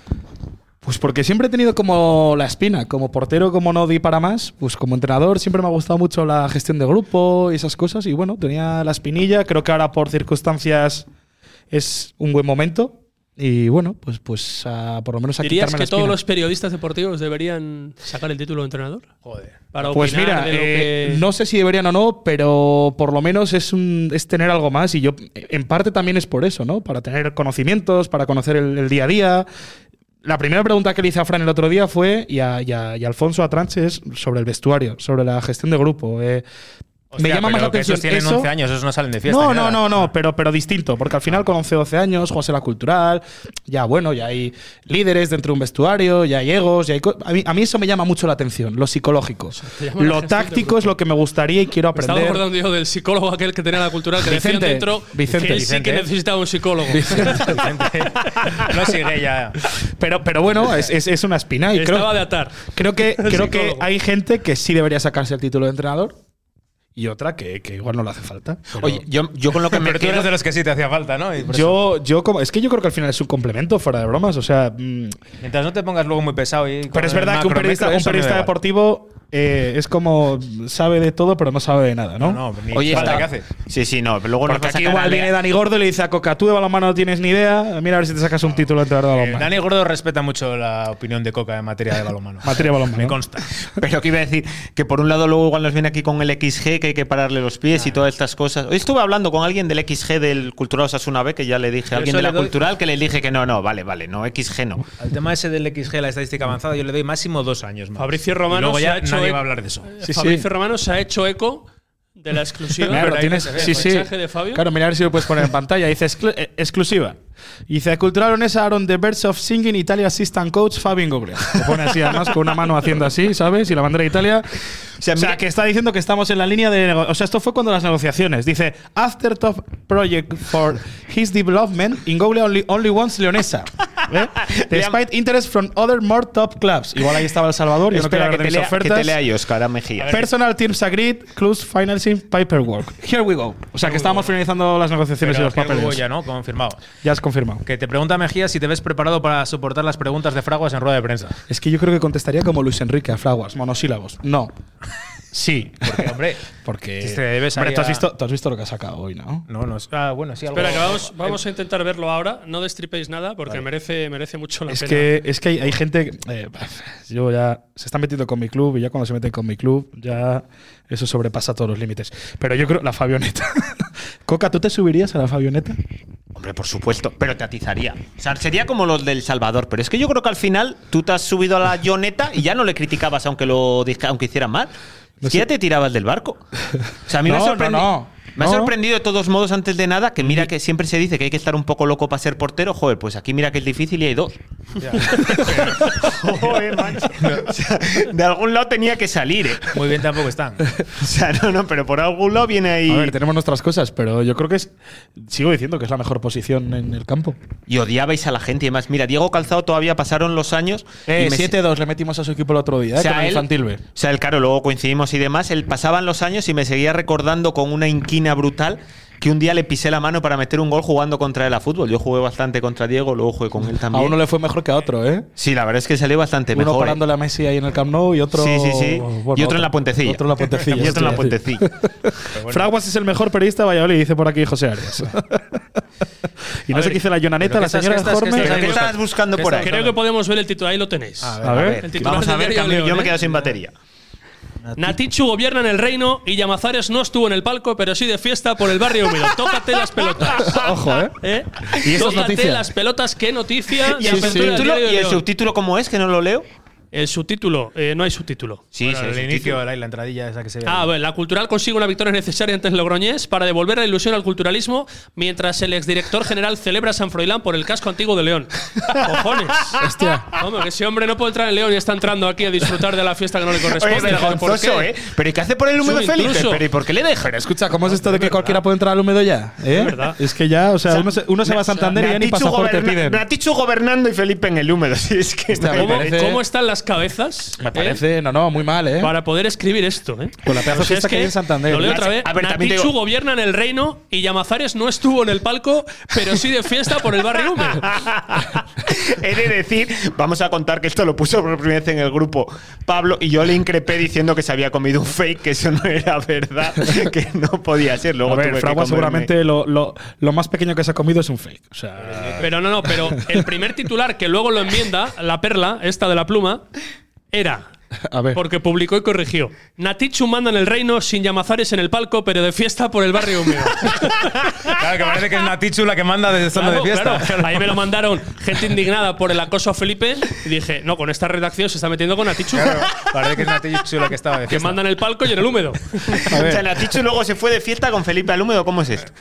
Pues porque siempre he tenido como la espina, como portero, como no di para más, pues como entrenador siempre me ha gustado mucho la gestión de grupo y esas cosas y bueno, tenía la espinilla, creo que ahora por circunstancias es un buen momento Y bueno, pues, pues a- por lo menos a
¿Dirías
quitarme
que
la
todos
espina.
los periodistas deportivos deberían sacar el título de entrenador? Joder. Para
Pues
opinar
mira,
de lo
eh,
que-
no sé si deberían o no, pero por lo menos es, un, es tener algo más. Y yo, en parte, también es por eso, ¿no? Para tener conocimientos, para conocer el, el día a día. La primera pregunta que le hice a Fran el otro día fue, y a, y a- y a Alfonso Atranche, es sobre el vestuario, sobre la gestión de grupo. eh.
Hostia,
me llama
pero
más la
que
atención.
Esos tienen
eso,
11 años, esos no salen de fiesta.
no,
ni
no, no,
nada.
no, pero, pero distinto, porque al final con 11, 12 años juegas en la cultural, ya bueno, ya hay líderes dentro de un vestuario, ya hay egos, ya hay co- a, mí, a mí eso me llama mucho la atención, lo psicológico.
te llama la
Lo
atención del
táctico es lo que me gustaría y quiero
Me estaba
aprender.
acordando yo del psicólogo aquel que tenía la cultura que decían
Vicente,
dentro
Vicente,
que él sí
Vicente,
que
¿eh?
necesitaba un psicólogo.
No sigue ya.
Pero, pero bueno, es, es- es una espina y creo,
Estaba de atar.
creo que creo que
psicólogo.
hay gente que sí debería sacarse el título de entrenador y otra que, que igual no le hace falta. pero-
Oye, yo, yo con lo que me
Pero tú
quedo-
eres de los que sí te hacía falta, ¿no? Y por eso-
yo, yo como, es que yo creo que al final es un complemento fuera de bromas, o sea, mm,
Mientras no te pongas luego muy pesado. Y
Pero es verdad que un periodista, un periodista
deportivo…
deportivo eh, es como sabe de todo, pero no sabe de nada, ¿no?
No, ni
Oye,
falta
está-
que hace.
Sí, sí, no. pero Luego nos va
Porque
a
aquí
sacar
igual
Ale-
viene Dani Gordo y le dice a Coca, tú de balonmano no tienes ni idea, mira a ver si te sacas un título de entrenador de
Eh,
balonmano.
Dani Gordo respeta mucho la opinión de Coca en materia de balonmano.
Materia de balonmano.
Me consta.
Pero que iba a decir que por un lado luego igual nos viene aquí con el XG, que hay que pararle los pies y todas estas cosas. Hoy estuve hablando con alguien del XG del Cultural Osasuna B, que ya le dije,
Yo
alguien
eso
de la
le doy-
Cultural, que le dije que no, no, vale, vale, no, XG no.
Al tema ese del XG, la estadística avanzada, yo le doy máximo dos años más.
Fabricio Romano
Y luego
se
ya
ha hecho
nadie
e-
va a hablar de eso.
Sí, sí.
Fabricio Romano se ha hecho eco de la exclusiva.
Claro,
Pero ahí
tienes-
se ve,
sí,
el
sí.
fichaje de Fabio.
Claro, mira a ver si lo puedes poner en pantalla. Dice "Exclu- eh, exclusiva. Dice Cultural Onesa Aaron The Birds of Singing Italia Assistant Coach Fabio Ingoglia. Lo pone así, además, con una mano haciendo así, ¿sabes? Y la bandera de Italia. O sea,
mira-
que está diciendo que estamos en la línea de. nego- O sea, esto fue cuando las negociaciones. Dice After Top Project for His Development, Ingoglia only, only wants Leonesa. ¿Eh? Despite interest from other more top clubs. Igual ahí estaba El Salvador, yo no
Espera,
quiero hablar
que,
de
te
mis
lea, que
ofertas.
te lea yo, Oscar a Mejía.
Personal tips agreed, close financing, paperwork. Here we go. O sea, que estábamos finalizando las negociaciones
Pero
y los
que hubo
papeles.
ya, ¿no? Confirmado.
Ya has confirmado.
Que te pregunta Mejía si te ves preparado para soportar las preguntas de Fraguas en rueda de prensa.
Es que yo creo que contestaría como Luis Enrique a Fraguas, monosílabos. No. Sí.
Porque, hombre,
Porque.
Si te debes
Hombre,
ahí
tú has,
a-
visto, tú has visto lo que ha sacado hoy, ¿no?
no, no. es- Ah, bueno, sí, algo.
Espera, que vamos, vamos a intentar verlo ahora. No destripéis nada porque merece, merece mucho la
Es
pena.
que, es que hay, hay gente. eh, yo ya. Se está metiendo con mi club y ya cuando se meten con mi club, ya. Eso sobrepasa todos los límites. Pero yo creo. La Fabioneta. Coca, ¿tú te subirías a la Fabioneta?
Hombre, por supuesto, pero te atizaría. O sea, sería como los del Salvador, pero es que yo creo que al final tú te has subido a la Joneta y ya no le criticabas aunque lo dij- aunque hicieran mal. Es que ya te tirabas del barco. O sea, a mí me ha
No, no,
sorprendido.
no.
Me ha
No.
sorprendido de todos modos antes de nada que mira que siempre se dice que hay que estar un poco loco para ser portero. Joder, pues aquí mira que es difícil y hay dos. Joder, macho. O sea, de algún lado tenía que salir, ¿eh?
Muy bien, tampoco están.
O sea, no, no, pero por algún lado viene ahí.
A ver, tenemos nuestras cosas, pero yo creo que es. Sigo diciendo que es la mejor posición en el campo.
Y odiabais a la gente y demás. Mira, Diego Calzado todavía pasaron los años.
Eh,
y me-
7-2 le metimos a su equipo el otro día, eh, con el
él-
infantil B.
O sea, él, claro, luego coincidimos y demás. Él pasaban los años y me seguía recordando con una inquina brutal que un día le pisé la mano para meter un gol jugando contra él a fútbol. Yo jugué bastante contra Diego, luego jugué con él
A
también.
uno le fue mejor que a otro, ¿eh?
Sí, la verdad es que salió bastante
Uno
mejor. ¿eh?
parándole a Messi ahí en el Camp Nou y otro.
Sí, sí, sí.
bueno,
y otro en la puentecilla.
Otro en la puentecilla.
y otro en la
sí.
puentecilla.
Fraguas es el mejor periodista de Valladolid, dice por aquí José Arias. y no
A
sé qué
ver,
dice la Jonaneta,
pero
la
que estas-
señora
que estas- que
Jorme.
estas-
¿Pero qué estabas buscando por ahí?
Creo que podemos ver el título. Ahí lo tenéis.
A ver.
a ver.
El titular
Vamos a
del
ver,
diario
Camilo,
León,
yo me
¿eh?
quedo sin batería.
Natichu gobierna en el reino y Llamazares no estuvo en el palco, pero sí de fiesta por el barrio húmedo. Tócate las pelotas.
Ojo, ¿eh?
¿Eh?
Y eso es
Tócate
noticia.
las pelotas, qué noticia.
¿Y
de
el,
apertura del
subtítulo,
diario
¿y el
León.
subtítulo cómo es? Que no lo leo.
El subtítulo, eh, no hay subtítulo.
Sí,
Bueno,
sí,
el
el
inicio,
subtítulo.
la, la entradilla esa que se ve.
Ah, bueno, la cultural consigue una victoria necesaria ante el Logroñés para devolver la ilusión al culturalismo mientras el exdirector general celebra a San Froilán por el casco antiguo de León. ¡Cojones!
Hostia.
Hombre, que ese hombre no puede entrar en León y está entrando aquí a disfrutar de la fiesta que no le corresponde.
Oye, vergonzoso,
¿Por qué?
¿eh? ¿Pero y qué hace por el número
un
Felipe?
intruso.
¿Pero y por qué le dejan?
Escucha, ¿cómo es esto de que cualquiera puede entrar al húmedo ya? ¿Eh? Es, que ya, o sea, uno, se, uno se va a Santander y ya ni
Natichu
pasaporte
goberna-
piden.
Natichu gobernando y Felipe en el húmedo. Sí, es que
Hostia,
¿Cómo,
Me parece-
cómo
eh,
están las cabezas?
Me
eh,
parece, no, no, muy mal, ¿eh?
Para poder escribir esto, ¿eh?
Con la pedazo de fiesta que hay en Santander.
Lo leo otra vez.
A ver, también te
Natichu
digo-
gobierna en el reino y Llamazares no estuvo en el palco, pero sí de fiesta por el barrio húmedo.
He de decir, vamos a contar que esto lo puso por primera vez en el grupo Pablo y yo le increpé diciendo que se había comido un fake, que eso no era verdad, que no podía ser. Luego
a ver,
tuve que
Fragua
comerme-
seguramente lo, lo- lo más pequeño que se ha comido es un fake. O sea,
Ah. Pero no, no, pero el primer titular que luego lo enmienda, la perla, esta de la pluma, era.
A ver.
Porque publicó y corrigió. Natichu manda en el reino sin llamazares en el palco, pero de fiesta por el barrio húmedo.
Claro, que parece que es Natichu la que manda desde zona
Claro,
de fiesta.
claro. Ahí me lo mandaron gente indignada por el acoso a Felipe y dije, no, con esta redacción se está metiendo con Natichu.
parece que es Natichu la que estaba de
Que
fiesta.
manda en el palco y en el húmedo.
O sea, Natichu luego se fue de fiesta con Felipe al húmedo. ¿Cómo es esto?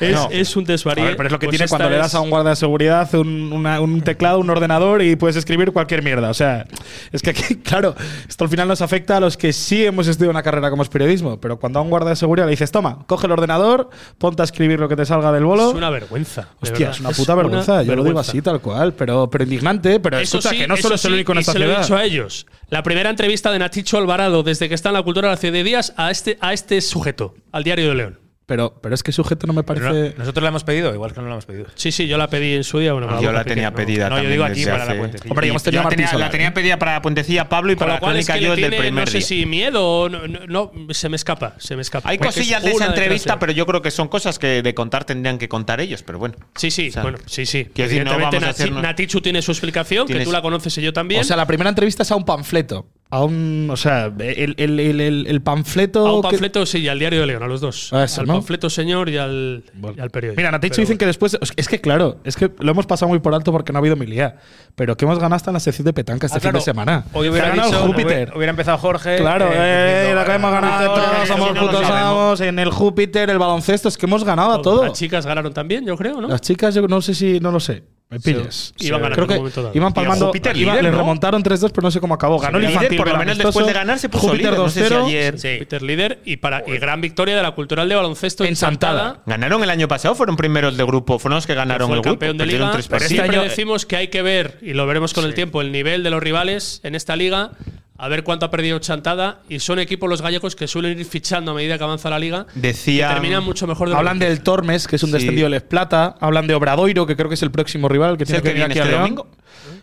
Es,
No.
es un desvarío. pues
A ver, pero es lo que tiene cuando le das a un guardia de seguridad un, una- un teclado, un ordenador y puedes escribir cualquier mierda. O sea, es que aquí, claro, esto al final nos afecta a los que sí hemos estudiado una carrera como es periodismo, pero cuando a un guardia de seguridad le dices, toma, coge el ordenador, ponte a escribir lo que te salga del bolo.
Es una vergüenza. de
Hostia,
verdad.
es una puta vergüenza. Yo lo digo
vergüenza.
así, tal cual, pero, pero indignante. Pero escucha,
sí,
que no
eso
solo es el
sí,
único en
y
esta
se lo he
ciudad.
dicho a ellos. La primera entrevista de Naticho Alvarado desde que está en la cultura hace 10 días a este, a este sujeto, al Diario de León.
Pero, pero es que sujeto no me
Pero no-
parece.
nosotros la hemos pedido, igual que no la hemos pedido.
Sí, sí, yo la pedí en su día. Bueno, para
Ah, Yo la
boca
tenía
pequeña,
pedida
No, No, yo
también
digo aquí
desde
para
hace-
la puentecilla.
Hombre,
Y-
yo la tenía, la tenía pedida para la puentecilla Pablo y
Con
para
lo
la
cual es
crónica
que
yo
le
el del
tiene,
primer
no sé
día.
si miedo o no, no- no, se me escapa, se me escapa.
Hay
Porque es
cosillas de esa
una
entrevista,
desgracia.
pero yo creo que son cosas que de contar tendrían que contar ellos, pero bueno.
Sí, sí, bueno, sí, sí.
Quiero decir, no
Evidentemente,
vamos a
Nati-
hacernos-
Natichu tiene su explicación, que
Tienes-
tú la conoces y yo también.
O sea, la primera entrevista es a un panfleto. A un. O sea, el, el- el- el- el panfleto.
a un
que-
panfleto, sí, y al Diario de León, a los dos.
Ah,
A eso,
al
¿no?
panfleto señor y al, y al periódico.
Mira, Natichu
Pero
dicen que después. Es que claro, es que lo hemos pasado muy por alto porque no ha habido milía. Pero que hemos ganado hasta en la sección de petanca este
Ah, claro.
fin de semana.
Hoy
Se ha
hubiera,
ganado el
dicho-
Júpiter.
hubiera- hubiera empezado Jorge.
Claro, eh,
diciendo,
la que hemos ganado,
Júpiter,
todos
eh,
somos
si no lo
putos
sabemos.
amos, en el Júpiter, el baloncesto, es que hemos ganado a todo.
Las chicas ganaron también, yo creo, ¿no?
Las chicas, yo no sé si, no lo sé. Me pillas.
iban ganando en
Creo
un
que
momento dado.
iban
Y
palmando.
Júpiter
iban-
líder,
le
¿no?
remontaron 3-2, pero no sé cómo acabó. Ganó el
Líder,
infantil.
por lo
el
menos
amistoso,
después de ganar se puso
Júpiter
líder, no sé si
2-0.
ayer-
Peter líder y para y gran victoria de la cultural de baloncesto
En Santada.
Ganaron el año pasado, fueron primeros de grupo, fueron los que ganaron
fue
el,
el
grupo.
campeón de
perdieron
liga.
tres
Pero
partidos.
siempre decimos que hay que ver y lo veremos con el tiempo el nivel de los rivales en esta liga, a ver cuánto ha perdido Chantada y son equipos los gallegos que suelen ir fichando a medida que avanza la liga.
Decía-
que terminan mucho mejor de lo
Hablan
que-
del Tormes, que es un descendido de Les Plata. Hablan de Obradoiro, que creo que es el próximo rival que
¿Es el
tiene que
que
venir
viene
aquí a
este
León.
domingo?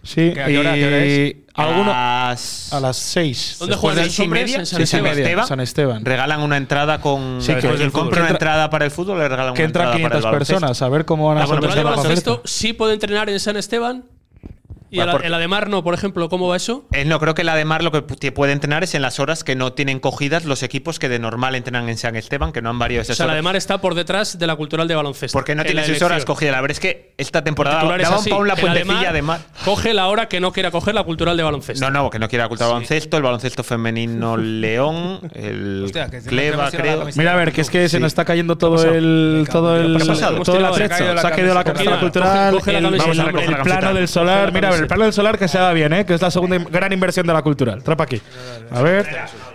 Sí,
¿Qué- a qué hora- qué hora es?
y alguno
Ah, Las-
a las 6.
¿Dónde juegan
de
los
seis y
hombres?
media,
En San
seis y
Esteban.
media,
San Esteban.
Regalan una entrada con.
Sí, que-
Quien
que
compra
entra-
una entrada para el fútbol, le regalan
Que
una entrada
entran 500
para el baloncesto. Ah, pues
personas. A ver cómo van a
La
hacer
cultural de
el baloncesto.
baloncesto sí puede entrenar en San Esteban y
Va,
en la-
porque-
en la de Mar no, por ejemplo, ¿cómo va eso?
Eh, no, creo que la de Mar lo que pu- te puede entrenar es en las horas que no tienen cogidas los equipos que de normal entrenan en San Esteban, que no han variado
O
esas
sea, la
horas.
de Mar está por detrás de la cultural de baloncesto.
Pues Porque no
En
tiene
la
sus
elección.
horas cogidas. La verdad es que esta temporada
titular es
daban
así,
para una
que la de
puentecilla de Mar.
Coge la hora que no quiera coger la cultural de baloncesto.
No, no, que no quiera ocultar el baloncesto, el baloncesto femenino León, el
Hostia, que se nos
Cleva,
hemos ido a la
creo.
camiseta.
Mira, a ver, que es que se
Sí.
nos está cayendo todo
pasado?
el. Todo el.
¿Qué ha pasado?
Todo el
Hemos tirado-
atrezo.
se
Se ha caído la camiseta
camiseta.
cultural.
Coge la
el-
camiseta,
Vamos a
hombre,
recoger
el
El plano
plano
del solar. Mira, a ver, el plano del solar que se da bien, ¿eh? Que es la segunda in- gran inversión de la cultural. Trapa aquí. A ver,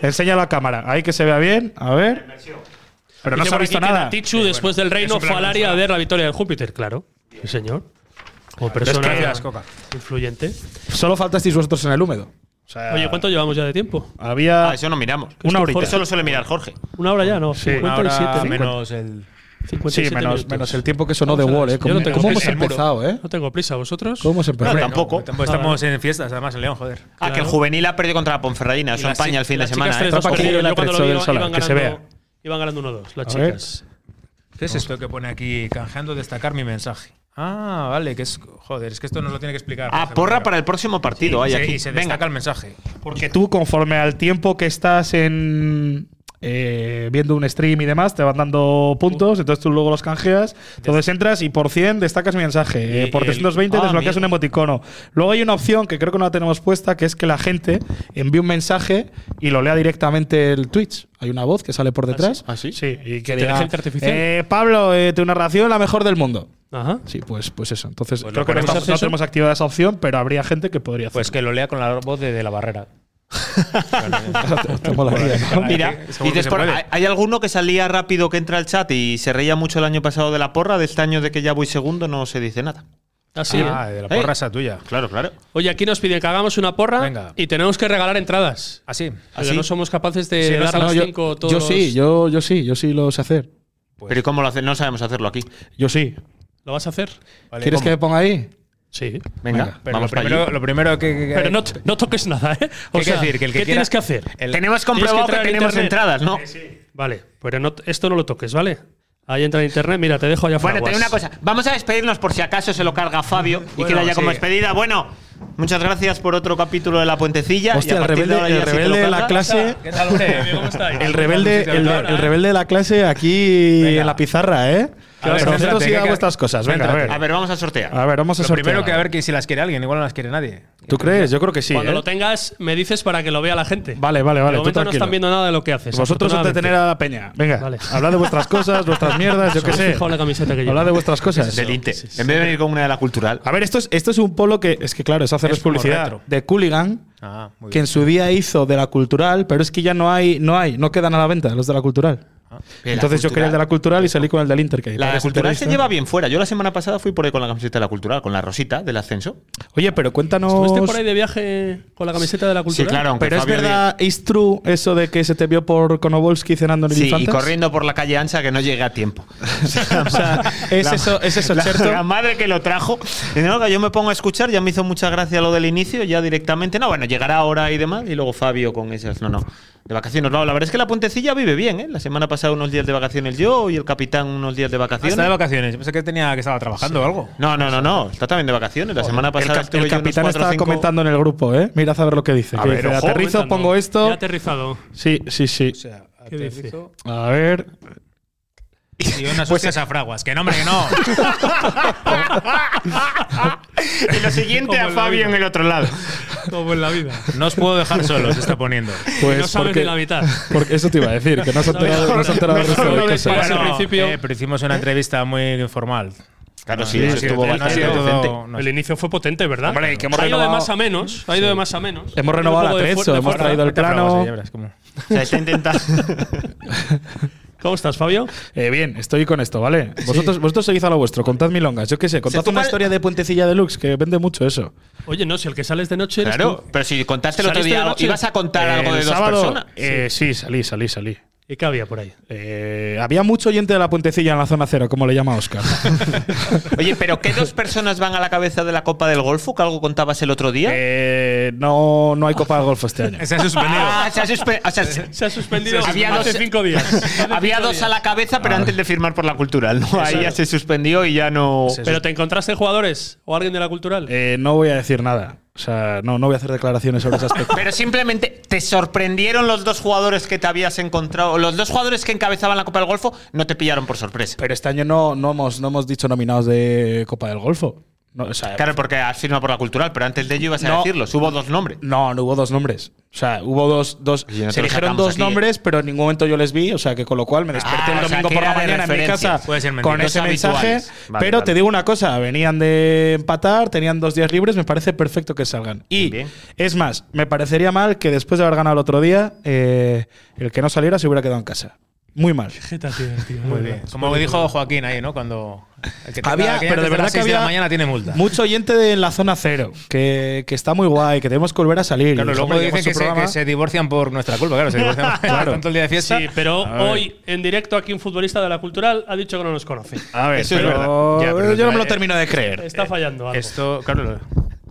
enseña la cámara. Ahí que se vea bien. A ver. Pero no
Dice
se ha
por
visto
aquí que
nada.
Natichu, después del reino, fue al área a ver la victoria del Júpiter, claro. Sí, señor. Como persona
Gracias, Coca.
influyente.
Solo faltasteis vosotros en el húmedo.
Oye, ¿cuánto llevamos ya de tiempo?
Había.
Ah, eso no miramos.
Una horita.
Eso lo suele mirar Jorge.
¿Una hora ya? No,
Una
57.
hora
¿no?
menos el.
Sí,
57
menos,
minutos.
menos el tiempo que sonó de
Vamos a
Wall,
ver,
¿eh?
yo
¿Cómo,
no tengo
cómo
que
hemos
decir el muro.
empezado, eh?
No tengo prisa, ¿vosotros?
¿Cómo hemos empezado?
No, tampoco.
Estamos en fiestas, además, en León, joder.
Ah, que el juvenil ha perdido contra la Ponferradina. Eso
Las chi-
empaña el fin de
las chicas
semana. ¿eh?
3-2
Trapa aquí
perdieron.
el
Yo cuando lo
atrezo
vi,
del solar,
iban
que se
ganando-
vea.
Iban ganando 1-2, las
A ver.
chicas.
¿Qué es esto que pone aquí? Canjeando destacar mi mensaje. Ah, vale, que es. Joder, es que esto nos lo tiene que explicar.
Ah,
Jorge
porra
Montero.
para el próximo partido. hay
Sí,
aquí.
Y se
Venga,
destaca el mensaje.
Porque tú, conforme al tiempo que estás en eh, viendo un stream y demás, te van dando puntos, entonces tú luego los canjeas. Entonces entras y por 100 destacas mi mensaje. eh, por 320
Ah,
desbloqueas
mira.
un emoticono. Luego hay una opción que creo que no la tenemos puesta, que es que la gente envíe un mensaje y lo lea directamente el Twitch. Hay una voz que sale por detrás.
¿Ah, sí?
Sí, y que diga,
Inteligencia artificial.
eh, Pablo, eh, tu narración la mejor del mundo.
Ajá.
Sí, pues, pues eso. Entonces,
Pues
creo
lo
que no,
ponemos.
estamos- no tenemos activada esa opción, pero habría gente que podría hacer.
Pues que lo lea con la voz de, de la barrera.
Te molaría, ¿no?
mira.
Seguro que
dices
se
por-
puede.
¿hay- ¿Hay alguno que salía rápido que entra al chat y se reía mucho el año pasado de la porra? De este año de que ya voy segundo no se dice nada.
Así, ¿eh?
ah, de la porra esa tuya.
Claro, claro.
Oye, aquí nos piden que hagamos una porra
Venga.
y tenemos que regalar entradas.
Ah,
Así.
Porque
¿Así?
no somos capaces de
Sí, no
Este, dar
sabemos-
las
yo,
cinco todos.
yo sí, yo, yo sí, yo sí lo sé hacer.
Pero ¿y cómo lo hacen? No sabemos hacerlo aquí.
Pues- Yo sí.
¿Lo vas a hacer?
Vale,
¿Quieres
¿cómo?
que me ponga ahí?
Sí.
Venga,
Pero
vamos
lo primero,
para allí.
lo primero que, que- que-
Pero no, no toques nada, ¿eh?
¿Qué quiere decir? Que el que
¿Qué
quiera-
tienes que hacer?
el-
Tenemos comprobado que tenemos entradas, ¿no?
Vale, pero no, esto no lo toques, ¿vale? Ahí entra en internet, mira, te dejo allá afuera.
Bueno, te digo una cosa. Vamos a despedirnos por si acaso se lo carga Fabio y
Bueno,
queda ya como
sí.
despedida. Bueno, muchas gracias por otro capítulo de La Puentecilla.
Hostia,
y a
el
partir
rebelde-
de ahora
el
ya sí te lo
rebelde de la
cargas.
clase-
¿Qué tal, hombre? ¿Cómo estáis?
El rebelde, el,
¿eh?
el rebelde de la clase aquí en la pizarra, ¿eh?
A ver,
Pero vosotros
céntrate,
siga
que-
vuestras cosas. Venga, a ver.
A ver, vamos a sortear.
A ver, vamos a
Lo
sortear.
primero que a ver que si las quiere alguien, igual no las quiere nadie.
¿Tú crees? Yo creo que sí.
Cuando
¿eh?
lo tengas, me dices para que lo vea la gente.
Vale, vale,
De
vale. tú
momento no
tranquilo.
están viendo nada de lo que haces.
Vosotros
afortunadamente.
entretener a la peña. Venga,
Vale.
hablad de vuestras cosas, vuestras mierdas, yo qué
Solo he
sé.
fijado la camiseta que llevo.
Hablad de vuestras cosas.
Del Inte. En vez de venir con una de la cultural.
A ver, esto es, esto es un polo que, es que claro, es hacerles
Es como
publicidad.
retro.
De Cooligan,
Ah, muy
que en su día hizo de la cultural, pero es que ya no hay, no hay, no quedan a la venta los de la cultural.
la
Entonces yo
cultural.
quería el de la cultural y salí con el del Inter. que
La
parece
cultural se
terrorista.
lleva bien fuera. Yo la semana pasada fui por ahí con la camiseta de la cultural, con la rosita del ascenso.
Oye, pero cuéntanos.
¿Estuviste por ahí de viaje con la camiseta de la cultura?
Sí, claro, aunque
Pero es
Fabio
verdad, ¿es true eso de que se te vio por Konobolski cenando en el
Sí, y
Infantes?
corriendo por la calle ancha que no llegué a tiempo. o sea,
¿es eso- es eso,
la,
Cherto?
la madre que lo trajo. Y no, que yo me pongo a escuchar, ya me hizo mucha gracia lo del inicio, ya directamente. No, bueno, llegará ahora y demás, y luego Fabio con esas. No, no. De vacaciones, no. La verdad es que la puentecilla vive bien, ¿eh? La semana pasada unos días de vacaciones yo y el capitán unos días de
bien. Está de
vacaciones.
vacaciones. Yo pensé que tenía que estaba trabajando o algo.
No, no, no, no. Está también de vacaciones. La semana
El,
pasada
cap-
estuve
el
yo unos
capitán
cuatro o
estaba
cinco-
comentando en el grupo, ¿eh? Mirad a ver lo que dice.
A
que
ver,
dice,
ojo,
aterrizo,
comentando.
pongo
Ya
esto.
aterrizado.
Sí, sí, sí.
¿Qué dice?
A ver.
Y
Pues
unas hostias a fraguas. Que no, hombre, que no.
Y lo siguiente a
Como en la
Fabio
vida.
en el otro lado.
Como en la vida.
No os puedo dejar solos, se está poniendo.
Pues
no sabes
porque,
ni la mitad.
porque eso te iba a decir, que no se ha enterado, no se ha enterado del resto
mejor
de
lo
cosas.
desparas. Bueno, principio-
eh, pero hicimos una entrevista muy informal.
Claro,
No,
sí,
no ha
eso
sido-
estuvo
no ha
bastante
sido todo-
decente.
no
El inicio fue potente, ¿verdad?
Hombre, y que hemos
ha ido de
renovado-
más a menos. Ha ido de más a menos.
Hemos renovado la Trezzo, hemos traído el plano.
O sea, está intentando.
¿Cómo estás, Fabio?
Eh, bien, estoy con esto, ¿vale? Vosotros, vosotros seguid a lo vuestro, contad milongas, yo qué sé, contad
estuvo
una
al-
historia de Puentecilla Deluxe, que vende mucho eso.
Oye, no, si el que sales de noche eres
Claro,
tú.
pero si contaste el otro
¿Saliste de
día algo,
noche?
ibas a contar algo de
El
dos
sábado,
personas.
eh, sí. salí, salí, salí.
¿Y qué había por ahí?
Eh, había mucho oyente de la Puentecilla en la zona cero, como le llama Oscar.
Oye, pero ¿qué dos personas van a la cabeza de la Copa del Golfo? Que algo contabas el otro día.
Eh, no, no hay Copa de Golf este año.
Se ha suspendido.
Ah, se ha suspe- o sea, se-
Se ha suspendido
Había
hace
dos-
cinco días.
había dos a la cabeza,
Ah.
pero antes de firmar por la cultural. ¿no? Ahí ya se suspendió y ya no.
¿Pero te encontraste jugadores o alguien de la cultural?
Eh, no voy a decir nada. O sea, no, no voy a hacer declaraciones sobre ese aspecto.
Pero simplemente te sorprendieron los dos jugadores que te habías encontrado. Los dos jugadores que encabezaban la Copa del Golfo no te pillaron por sorpresa.
Pero este año no, no, hemos, no hemos dicho nominados de Copa del Golfo. No, o sea,
Claro, porque has firmado por la cultural, pero antes de ello ibas a
No.
decirlos. Hubo dos nombres.
no, no hubo dos nombres. O sea, hubo dos. dos
Y nosotros
se dijeron
sacamos
dos
aquí.
nombres, pero en ningún momento yo les vi. O sea, que con lo cual me desperté
Ah,
el
o sea,
domingo
que
por la
era de
mañana en mi
referencia.
casa
Puede ser mentira.
con
Dos
ese mensaje.
habituales. Vale,
pero
vale.
te digo una cosa: venían de empatar, tenían dos días libres. Me parece perfecto que salgan. Y
Bien.
es más, me parecería mal que después de haber ganado el otro día, eh, el que no saliera se hubiera quedado en casa. Muy mal.
Muy bien. Como dijo Joaquín ahí, ¿no? Cuando. el que tenga
Había-
aquella
pero de
desde
verdad
las
que
seis de la
había
mañana tiene multa.
Mucho oyente de la zona cero, que, que está muy guay, que tenemos que volver a salir.
Claro,
Y
luego
hombre,
dicen
llevamos su
que se,
programa.
que se divorcian por nuestra culpa, claro. Se divorcian claro. pues, tanto el día de fiesta.
Sí, pero
A ver.
hoy en directo aquí un futbolista de la cultural ha dicho que no nos conoce.
A ver,
es
pero-
Pero
Ya, pero
yo no me lo
eh,
termino de creer.
Está fallando algo.
Esto, claro. lo-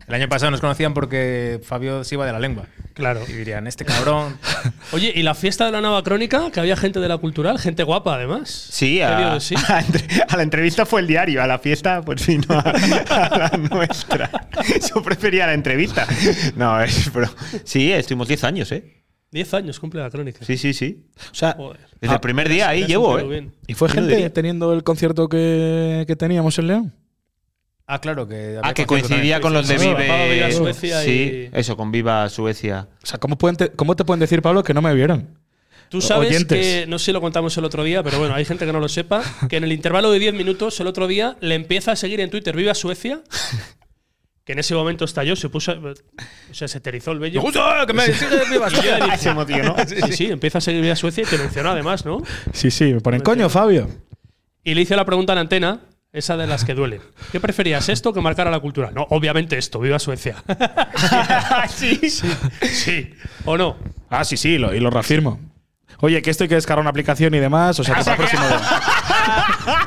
El año pasado nos conocían porque Fabio se iba de la lengua.
Claro.
Y dirían, este cabrón.
Oye, ¿y la fiesta de la Nava Crónica? Que había gente de la cultural, gente guapa además.
Sí,
¿Qué
a,
dio de sí?
a entre- a la entrevista fue el diario, a la fiesta pues vino a, a la nuestra. Yo prefería la entrevista. No, es pero sí, estuvimos 10 años, ¿eh?
Diez años cumple la Crónica.
Sí, sí, sí.
O sea,
Joder.
Desde el primer día ahí
Has
llevo,
cumplido
¿eh?
bien.
¿y fue
Yo no
gente
diría.
teniendo el concierto que, que teníamos en León?
Ah, claro, que.
Ah, que coincidía con los de
Sí, Pablo Viva
Vive.
Suecia
Sí,
y-
eso, con Viva Suecia.
O sea, ¿cómo, pueden te, cómo te pueden decir, Pablo, que no me vieron?
Tú sabes
Oyentes.
que, no sé si lo contamos el otro día, pero bueno, hay gente que no lo sepa, que en el intervalo de 10 minutos el otro día le empieza a seguir en Twitter Viva Suecia, que en ese momento estalló, se puso, o sea, se terizó el vello.
¡Gusto! ¡Que me sigue Viva
Y yo le dije-
Se emocionó.
Sí, sí, empieza a seguir Viva Suecia y te menciona además, ¿no?
Sí, sí, me ponen, coño, Fabio.
Y le hice la pregunta en antena, esa de las que duele. ¿Qué preferías, esto o que marcara la cultura? No, obviamente esto, Viva Suecia. Ah,
sí.
sí. ¿O no?
Ah, sí, sí, lo- y lo reafirmo. Oye, que esto hay que descargar una aplicación y demás, o sea, que para el próximo día.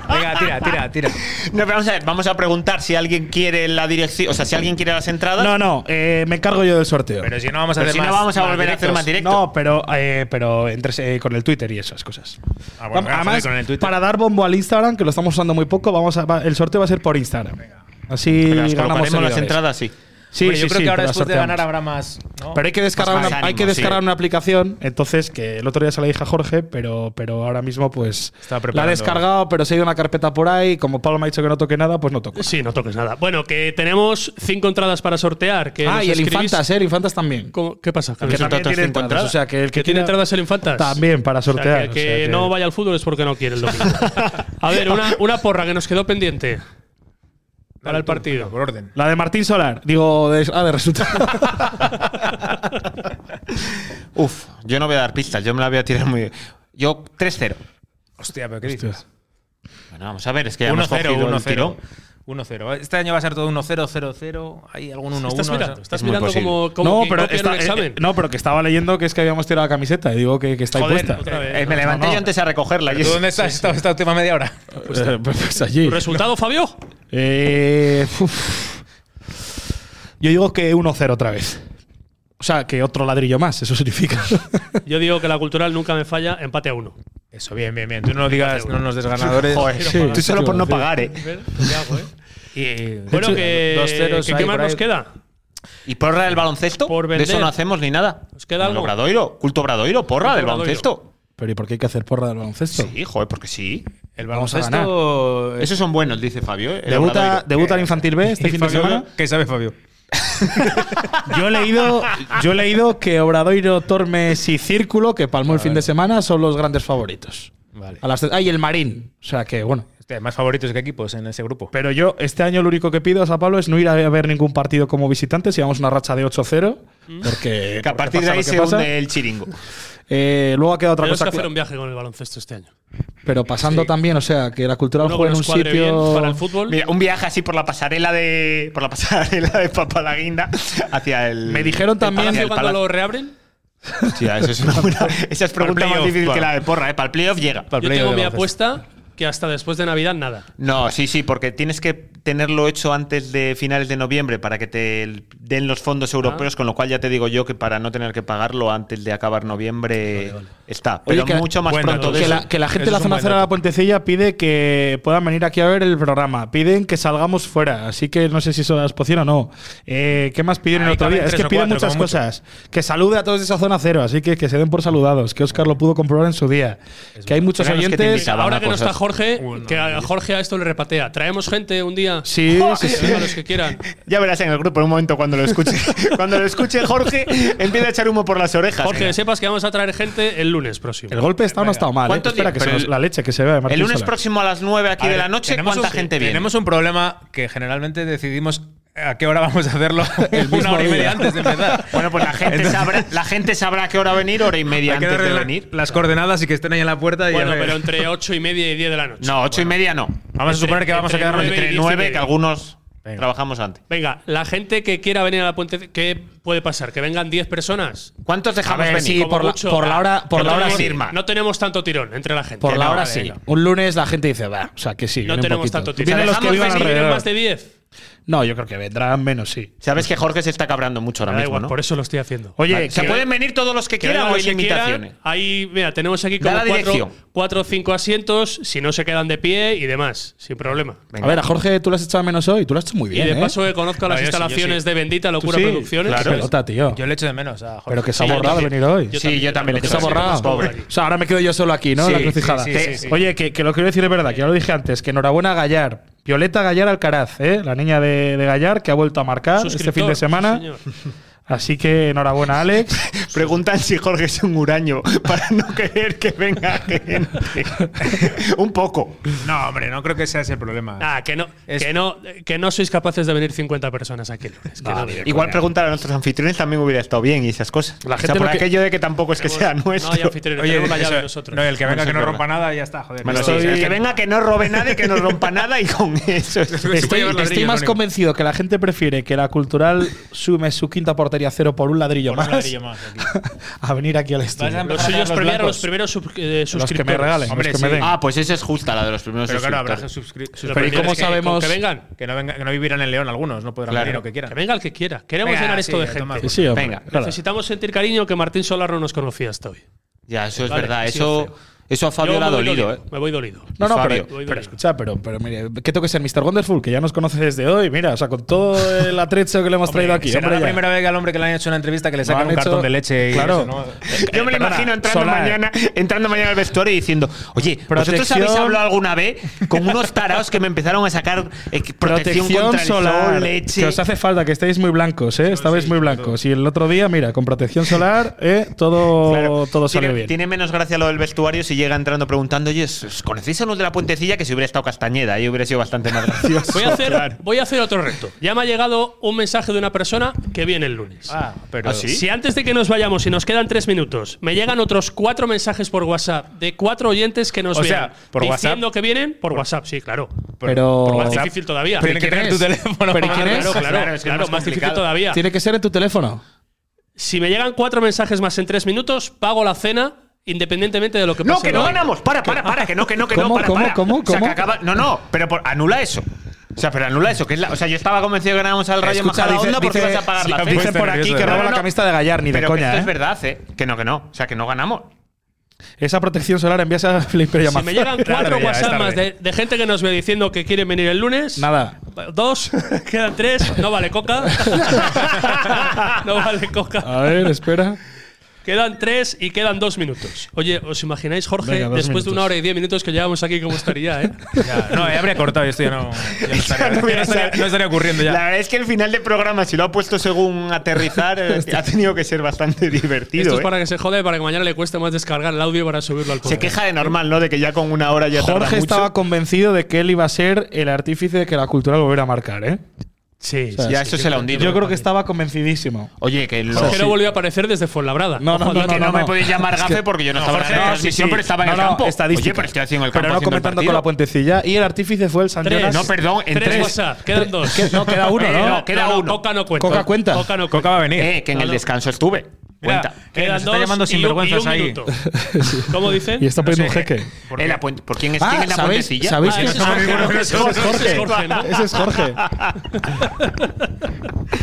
Venga, tira, tira, tira.
No, pero vamos a ver, vamos a preguntar si alguien quiere la dirección, o sea, si alguien quiere las entradas.
No, no, eh, me encargo yo del sorteo.
Pero si no vamos a
Pero
hacer
si no
más-
vamos a
más
volver a hacer
directos.
más directo.
No, pero, eh, pero entres, eh, con el Twitter y esas cosas.
Ah,
Vamos,
bueno, venga,
además,
joder, con el Twitter.
para dar bombo al Instagram, que lo estamos usando muy poco, vamos a, va- el sorteo va a ser por Instagram. Así
Pero las
ganamos
colocaremos las
seguidores.
entradas, sí.
Sí,
Hombre, yo
sí,
creo
sí,
que ahora
las
después de
sorteamos.
ganar habrá más. ¿no? Pues
Pero hay que descargar,
Más
una, hay
ánimo,
que
sí.
descargar una aplicación, entonces que el otro día se la dije a Jorge, pero, pero ahora mismo pues la
Estaba
ha
preparando.
descargado, pero se ha ido una carpeta por ahí, como Pablo me ha dicho que no toque nada, pues no toco.
Sí, no toques nada. Bueno, que tenemos cinco entradas para sortear. Que
ah,
nos
y el
escribís-
Infantas, eh, el Infantas también.
¿Cómo- ¿Qué pasa?
Que también tiene entradas, o sea, que el que,
¿Que tiene
quiera-
entradas el Infantas?
También para
O sea,
sortear.
que,
o
que
sea, que-
no vaya al fútbol es porque no quiere el domingo. A ver, una, una porra que nos quedó pendiente para el partido.
Por orden.
La de Martín Solar, digo, de, ah, de resultado.
Uf, yo no voy a dar pistas, yo me la voy a tirar muy. Yo 3-0.
Hostia, pero ¿qué dices?
Bueno, vamos a ver, es que ya hemos
1-0,
cogido el
1-0.
tirón.
1-0. Este año va a ser todo 1-0, 0-0. Hay algún 1-1.
Estás mirando,
o sea.
estás
es muy
mirando
posible.
como, como
No
que
pero,
copia en
está-
un examen.
eh, no, pero que estaba leyendo que es que habíamos tirado la camiseta y digo que, que está ahí
Joder,
puesta.
otra vez.
Eh, me levanté
no.
yo antes a recogerla. y
¿Tú
es-
dónde estás esta, esta última media hora?
Eh, pues, pues allí.
¿Resultado, Fabio?
Eh, uf. Yo digo que 1-0 otra vez. O sea, que otro ladrillo más, eso significa.
Yo digo que la cultural nunca me falla, empate a uno.
Eso, bien, bien, bien. Tú no digas, no nos des ganadores.
Joder,
Sí,
tú solo
sí,
por no
sí.
pagar, ¿eh?
¿Qué hago, eh?
Y,
Bueno, que,
dos ceros
que
ahí
¿qué
por
más nos
ahí.
queda?
¿Y porra del baloncesto?
Por
de eso
vender.
no hacemos ni nada.
¿Nos queda
Bueno,
algo?
Obradoiro, culto Obradoiro, porra
Culto
del
Obradoiro.
baloncesto.
Pero ¿y por qué hay que hacer porra del baloncesto?
Sí, joder, porque sí.
El
Vamos a
baloncesto. eh,
Esos son buenos, dice Fabio. ¿eh? El
Debuta,
Obradoiro.
debuta el Infantil B este
¿y
fin de
Fabio?
semana.
¿Qué sabe Fabio?
Yo he leído, yo he leído que Obradoiro, Tormes y Círculo, que palmó el fin de semana, son los grandes favoritos.
Vale.
A las tres- ah, y el Marín. O sea que, bueno.
Hostia, más favoritos que equipos en ese grupo.
Pero yo, este año lo único que pido a Pablo es no ir a ver ningún partido como visitante si vamos una racha de 8-0. Porque.
Que a
porque
partir de
pasa
ahí
lo que
se
pasa.
hunde el chiringo.
Eh, luego ha quedado otra
Tenemos
cosa.
que
clara.
hacer un viaje con el baloncesto este año.
Pero pasando también, o sea, que la cultura
Uno que
juega en
nos
un
cuadre bien para el
sitio.
fútbol.
Mira, un viaje así por la pasarela de. Por la pasarela de Papalaguinda hacia el.
Me dijeron también-
hacia
¿Cuándo
el palacio.
lo reabren?
Hostia, eso es una buena- Esa es pregunta más
playoff,
difícil que
para.
la de porra, ¿eh? Para el playoff llega.
Yo tengo mi apuesta que hasta después de Navidad nada.
No, sí, sí, porque tienes que tenerlo hecho antes de finales de noviembre para que te den los fondos europeos, con lo cual ya te digo yo que para no tener que pagarlo antes de acabar noviembre está.
Oye,
Pero
que-
mucho más
bueno,
pronto de
Que
eso.
la, que la gente
Eso
de la
es un
zona
buen
cero de la
dato.
Puentecilla pide que puedan venir aquí a ver el programa. Piden que salgamos fuera. Así que no sé si eso es posible o no. Eh, ¿Qué más piden el
Ahí
otro
caben
día? Es
tres
que
o
piden
cuatro,
muchas
como mucho.
cosas. Que salude a todos de esa zona cero. Así que que se den por saludados. Que Oscar lo pudo comprobar en su día. que hay muchos
Tenemos que te
oyentes.
invitar. Estaban
Ahora
a
que no
cosas.
está Jorge,
Uno,
que a Jorge a esto le repatea. Traemos gente un día.
Sí, sí, sí.
A los que quieran.
Ya verás en el grupo en un momento cuando lo escuche. cuando lo escuche Jorge, empieza a echar humo por las orejas.
Jorge, que sepas que vamos a traer gente el lunes próximo.
El golpe está o no ha estado mal. ¿eh?
¿Cuánto
Espera,
tiempo?
que se
Pero
nos-
el-
la leche que se vea. de Martín
el lunes
Solar.
próximo a las 9 aquí
A
de
ver,
la noche,
tenemos
¿cuánta
un-
gente viene?
Tenemos un problema que generalmente decidimos a qué hora vamos a hacerlo
El mismo
una hora y media
día.
antes de empezar.
Bueno, pues la gente,
Entonces,
sabrá, la gente sabrá a qué hora venir, hora y media
hay que
antes de
darle
venir.
las coordenadas y que estén ahí en la puerta. Y
bueno,
a ver.
pero entre 8 y media y 10 de la noche.
No, ocho y media no.
Vamos a
entre-
suponer que vamos a
entre
quedarnos
nueve y
Entre
diez y
9, que
media.
algunos
Venga.
trabajamos antes.
Venga, la gente que quiera venir a la puente, ¿qué puede pasar? ¿Que vengan 10 personas?
¿Cuántos dejamos
ver,
venir?
sí,
Como
por la- por la hora- por
no
la hora
tenemos-
sí. Irma.
No tenemos tanto tirón entre la gente.
Por la
No,
hora
vale,
sí.
venga.
Un lunes la gente dice, va, o sea, que sí.
No
viene un
tenemos
poquito.
tanto tirón.
Vienen los que
Dejamos
vivan
venir,
¿Vienen
alrededor.
más de 10?
No, yo creo que vendrán menos, sí.
Sabes que Jorge se está cabrando mucho ahora
Da
mismo,
igual,
¿no?
por eso lo estoy haciendo.
Oye,
Vale, se
que-
pueden venir todos los que quieran o hay
los que
limitaciones.
quieran. Ahí, mira, tenemos aquí
Da
como
la
cuatro,
dirección.
cuatro o cinco asientos, si no se quedan de pie y demás, sin problema.
Venga.
A ver, a Jorge tú lo has echado menos hoy, tú lo has hecho muy bien.
y de
¿eh?
paso que conozco
No,
las
yo sí, yo
instalaciones
sí.
de Bendita Locura
sí,
Producciones.
Qué pelota, tío.
Yo le echo de menos a Jorge.
Pero que se ha
Sí, yo
borrado
también.
venir hoy.
Yo
sí, yo también.
Pero que
he
se ha
hecho
borrado.
menos, pobre.
O sea, ahora me quedo yo solo aquí, ¿no?
Sí,
la crucijada.
sí, sí, sí, sí.
Oye, que, que lo que quiero decir es verdad, que ya lo dije antes, que enhorabuena a Gallar. Violeta Gallar Alcaraz, ¿eh? la niña de, de Gallar, que ha vuelto a marcar este
Suscriptor,
fin de
sí,
semana.
señor.
Así que enhorabuena, Alex.
Preguntan si Jorge es un huraño para no querer que venga gente. un poco.
No, hombre, no creo que sea ese el problema.
Ah, que no,
Es-
que, no, que no sois capaces de venir 50 personas aquí el lunes. que no, no,
Igual preguntar a nuestros anfitriones también hubiera estado bien y esas cosas. La
gente
gente por
lo que-
aquello de que tampoco es que sea nuestro.
hay anfitriones, tenemos la
eso-
llave nosotros.
no, el que venga
Eso
que
es
no
verdad.
rompa nada y ya está, joder.
Bueno, sí,
Eso-
el que venga que no robe nada y que no rompa nada y con eso.
puede
Estoy,
llevar
estoy
ladrillo,
más
lo único.
convencido que la gente prefiere que la cultural sume su quinta feria cero por un ladrillo
Por un
más.
ladrillo más,
a venir aquí al estudio.
Los suyos premiar a los primeros sub- eh, suscriptores.
que me regalen, los que me den.
Ah, pues esa es justa, la de los primeros
Pero claro, habrá
suscriptores.
suscri-
Pero
suscriptores
¿y cómo
que-
sabemos-
Que vengan. Que no, vengan- que no vivirán en León algunos, no podrán
Claro.
venir lo que quieran.
Que venga el que quiera. Queremos
Venga,
llenar
sí,
esto de
a
gente.
tomar por Sí, sí, hombre.
Venga, claro.
Necesitamos sentir cariño que Martín Solar no nos conocía hasta hoy.
Ya, eso es
Vale,
verdad.
sí,
Eso, eso a Fabio
Yo
le ha
me voy
dolido, ¿eh?
Me voy dolido.
No, no,
Fabio.
pero, pero escucha, pero, pero mire, ¿qué tengo que ser? Mr. Wonderful, que ya nos conoce desde hoy, mira, o sea, con todo el atrecho que le hemos traído aquí.
Será
hombre,
la
ya.
primera vez que al hombre que le han hecho una entrevista que le
No
sacan
han
un
hecho-
cartón de leche y
Claro.
eso, ¿no?
Yo me lo
perdona,
imagino entrando
eh.
Solar.
mañana, entrando mañana al vestuario y diciendo, oye, ¿vosotros
Protección-
habéis hablado alguna vez con unos taraos que me empezaron a sacar eh, protección, contra el sol, leche?
Que os hace falta que estéis muy blancos, ¿eh? Estabais muy blancos. Y el otro día, mira, con protección solar, ¿eh? todo, todo salió
tiene,
bien.
tiene menos gracia lo del vestuario si llega entrando preguntando, oye, ¿os conocéis a los de la puentecilla? Que si hubiera estado Castañeda, ahí hubiera sido bastante más gracioso.
Voy a, hacer,
Claro.
voy a hacer otro reto. Ya me ha llegado un mensaje de una persona que viene el lunes.
Ah, pero
¿Ah, sí?
Si antes de que nos vayamos y nos quedan tres minutos, me llegan otros cuatro mensajes por WhatsApp de cuatro oyentes que nos
O
ven
sea, por
diciendo que vienen por WhatsApp, sí, claro.
Pero-
Por más
WhatsApp.
difícil todavía.
Tiene que
Claro,
tener tu teléfono.
¿Pero quién es?
Claro, claro,
Claro, es que es
claro,
más
más difícil
complicado.
todavía.
Tiene que ser en tu teléfono.
Si me llegan cuatro mensajes más en tres minutos, pago la cena independientemente de lo que pase.
No, que no
hoy.
ganamos. Para, para, para, que no, que no, que no,
¿Cómo,
para,
cómo,
para.
cómo,
O sea, que
cómo?
acaba- no, no, pero por- anula eso. O sea, pero anula eso, que es la, o sea, yo estaba convencido que ganábamos al Rayo
Escucha,
Majadahonda
dice-
porque
dice-
vas a pagar la
sí,
fe.
dicen por aquí que
No,
roba
no,
la
no.
camisa de Gallar, ni de
Pero que
coña,
esto
¿eh?
es verdad, ¿eh? Que no, que no. O sea, que no ganamos.
Esa protección solar envías a Felipe
Si
Llamazo.
me llegan
Tarde
cuatro
ya, es
WhatsApp
tarde.
más de, de gente que nos ve diciendo que quieren venir el lunes.
Nada.
Dos, quedan tres, no vale coca. no vale coca.
A ver, espera.
Quedan tres y quedan dos minutos. Oye, ¿os imagináis, Jorge,
Venga, dos
después de
minutos.
una hora y diez minutos que llevamos aquí, cómo estaría, eh?
Ya, no, ya habría cortado esto, ya no, ya no estaría,
no hubiera
no estaría-
salido.
no estaría ocurriendo ya.
La verdad es que el final de programa, si lo ha puesto según aterrizar, eh, ha tenido que ser bastante
Esto
divertido.
es
¿eh?
para que se jode, para que mañana le cueste más descargar el audio para subirlo al
Se
podcast.
queja de normal, ¿no? De que ya con una hora ya tarda
Jorge
mucho.
estaba convencido de que él iba a ser el artífice de que la cultura lo volviera a marcar, ¿eh?
Sí,
sea,
sí,
Ya
sí,
eso se
yo
la
creo-
ha hundido.
Yo creo que estaba convencidísimo.
Oye, que lo-
Jorge no volvió a aparecer desde Fuenlabrada.
No, no,
Ojo al
no,
dato.
que no, me podéis llamar gafe porque yo no, estaba en la
Jorge,
transmisión,
sí, sí.
pero estaba en
No,
el
no,
campo.
estadística.
Oye, pero estoy haciendo el campo.
Pero no
haciendo el
comentando
partido.
con la puentecilla. Y el artífice fue el San
Tres.
Jonas.
No, perdón, en tres.
WhatsApp, quedan dos.
que- no, queda uno, ¿no?
No, queda uno.
Coca no cuenta.
Coca cuenta.
Coca no
Coca va a venir.
Eh, que en el descanso estuve.
Mira,
Cuenta.
que
Quedan
nos está
dos
llamando
y un- y
sinvergüenzas
un
ahí.
minuto. ¿Cómo dicen?
Y está poniendo un jeque.
¿Por, la puente- ¿por quién es,
Ah,
quién es la
¿sabéis-
puentecilla?
sabéis
Ah, ese es Jorge,
no,
¿no?
ese es Jorge.
Ese es Jorge, ¿no?
Ese es Jorge.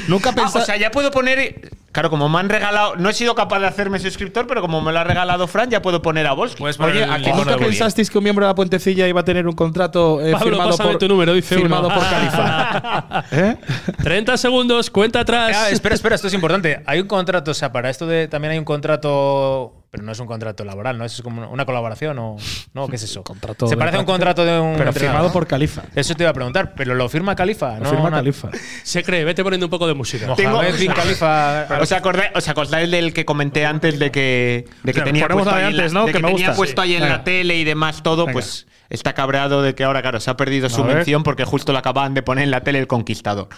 Nunca
Ah, o
pensaba.
sea, ya puedo poner. eh, Claro, como me han regalado. No he sido capaz de hacerme suscriptor, pero como me lo ha regalado Fran, ya puedo poner a Volsky.
Puedes poner el
que
icono
¿Nunca
de Bully.
pensasteis que un miembro de la puentecilla iba a tener un contrato eh,
Pablo,
firmado,
pásame
por,
tu número, dice
firmado
uno. Ah.
por Califa? ¿Eh?
30 segundos, cuenta atrás.
Ah, espera, espera, esto es importante. Hay un contrato, o sea, para esto de, también hay un contrato, pero no es un contrato laboral, ¿no? Eso es como una colaboración o no, ¿qué es eso?
Contrato
Se
de
parece a un
práctica,
contrato de un
Pero
entrenador,
firmado
¿no?
por Califa.
Eso te iba a preguntar, pero lo firma Califa, ¿no?
Lo firma
Una-
Califa.
Se cree, vete poniendo un poco de música.
Mohamed bin Khalifa.
¿Os acordáis, ¿Os acordáis del que comenté antes de que, de que
Claro,
tenía
ponemos
puesto,
la de
ahí en,
antes,
la,
¿no?
de
Que
que
me
tenía
gusta.
puesto ahí en
Venga.
la tele y demás todo?
Venga.
Pues está cabreado de que ahora, claro, se ha perdido su
A ver.
mención porque justo la acaban de poner en la tele el Conquistador.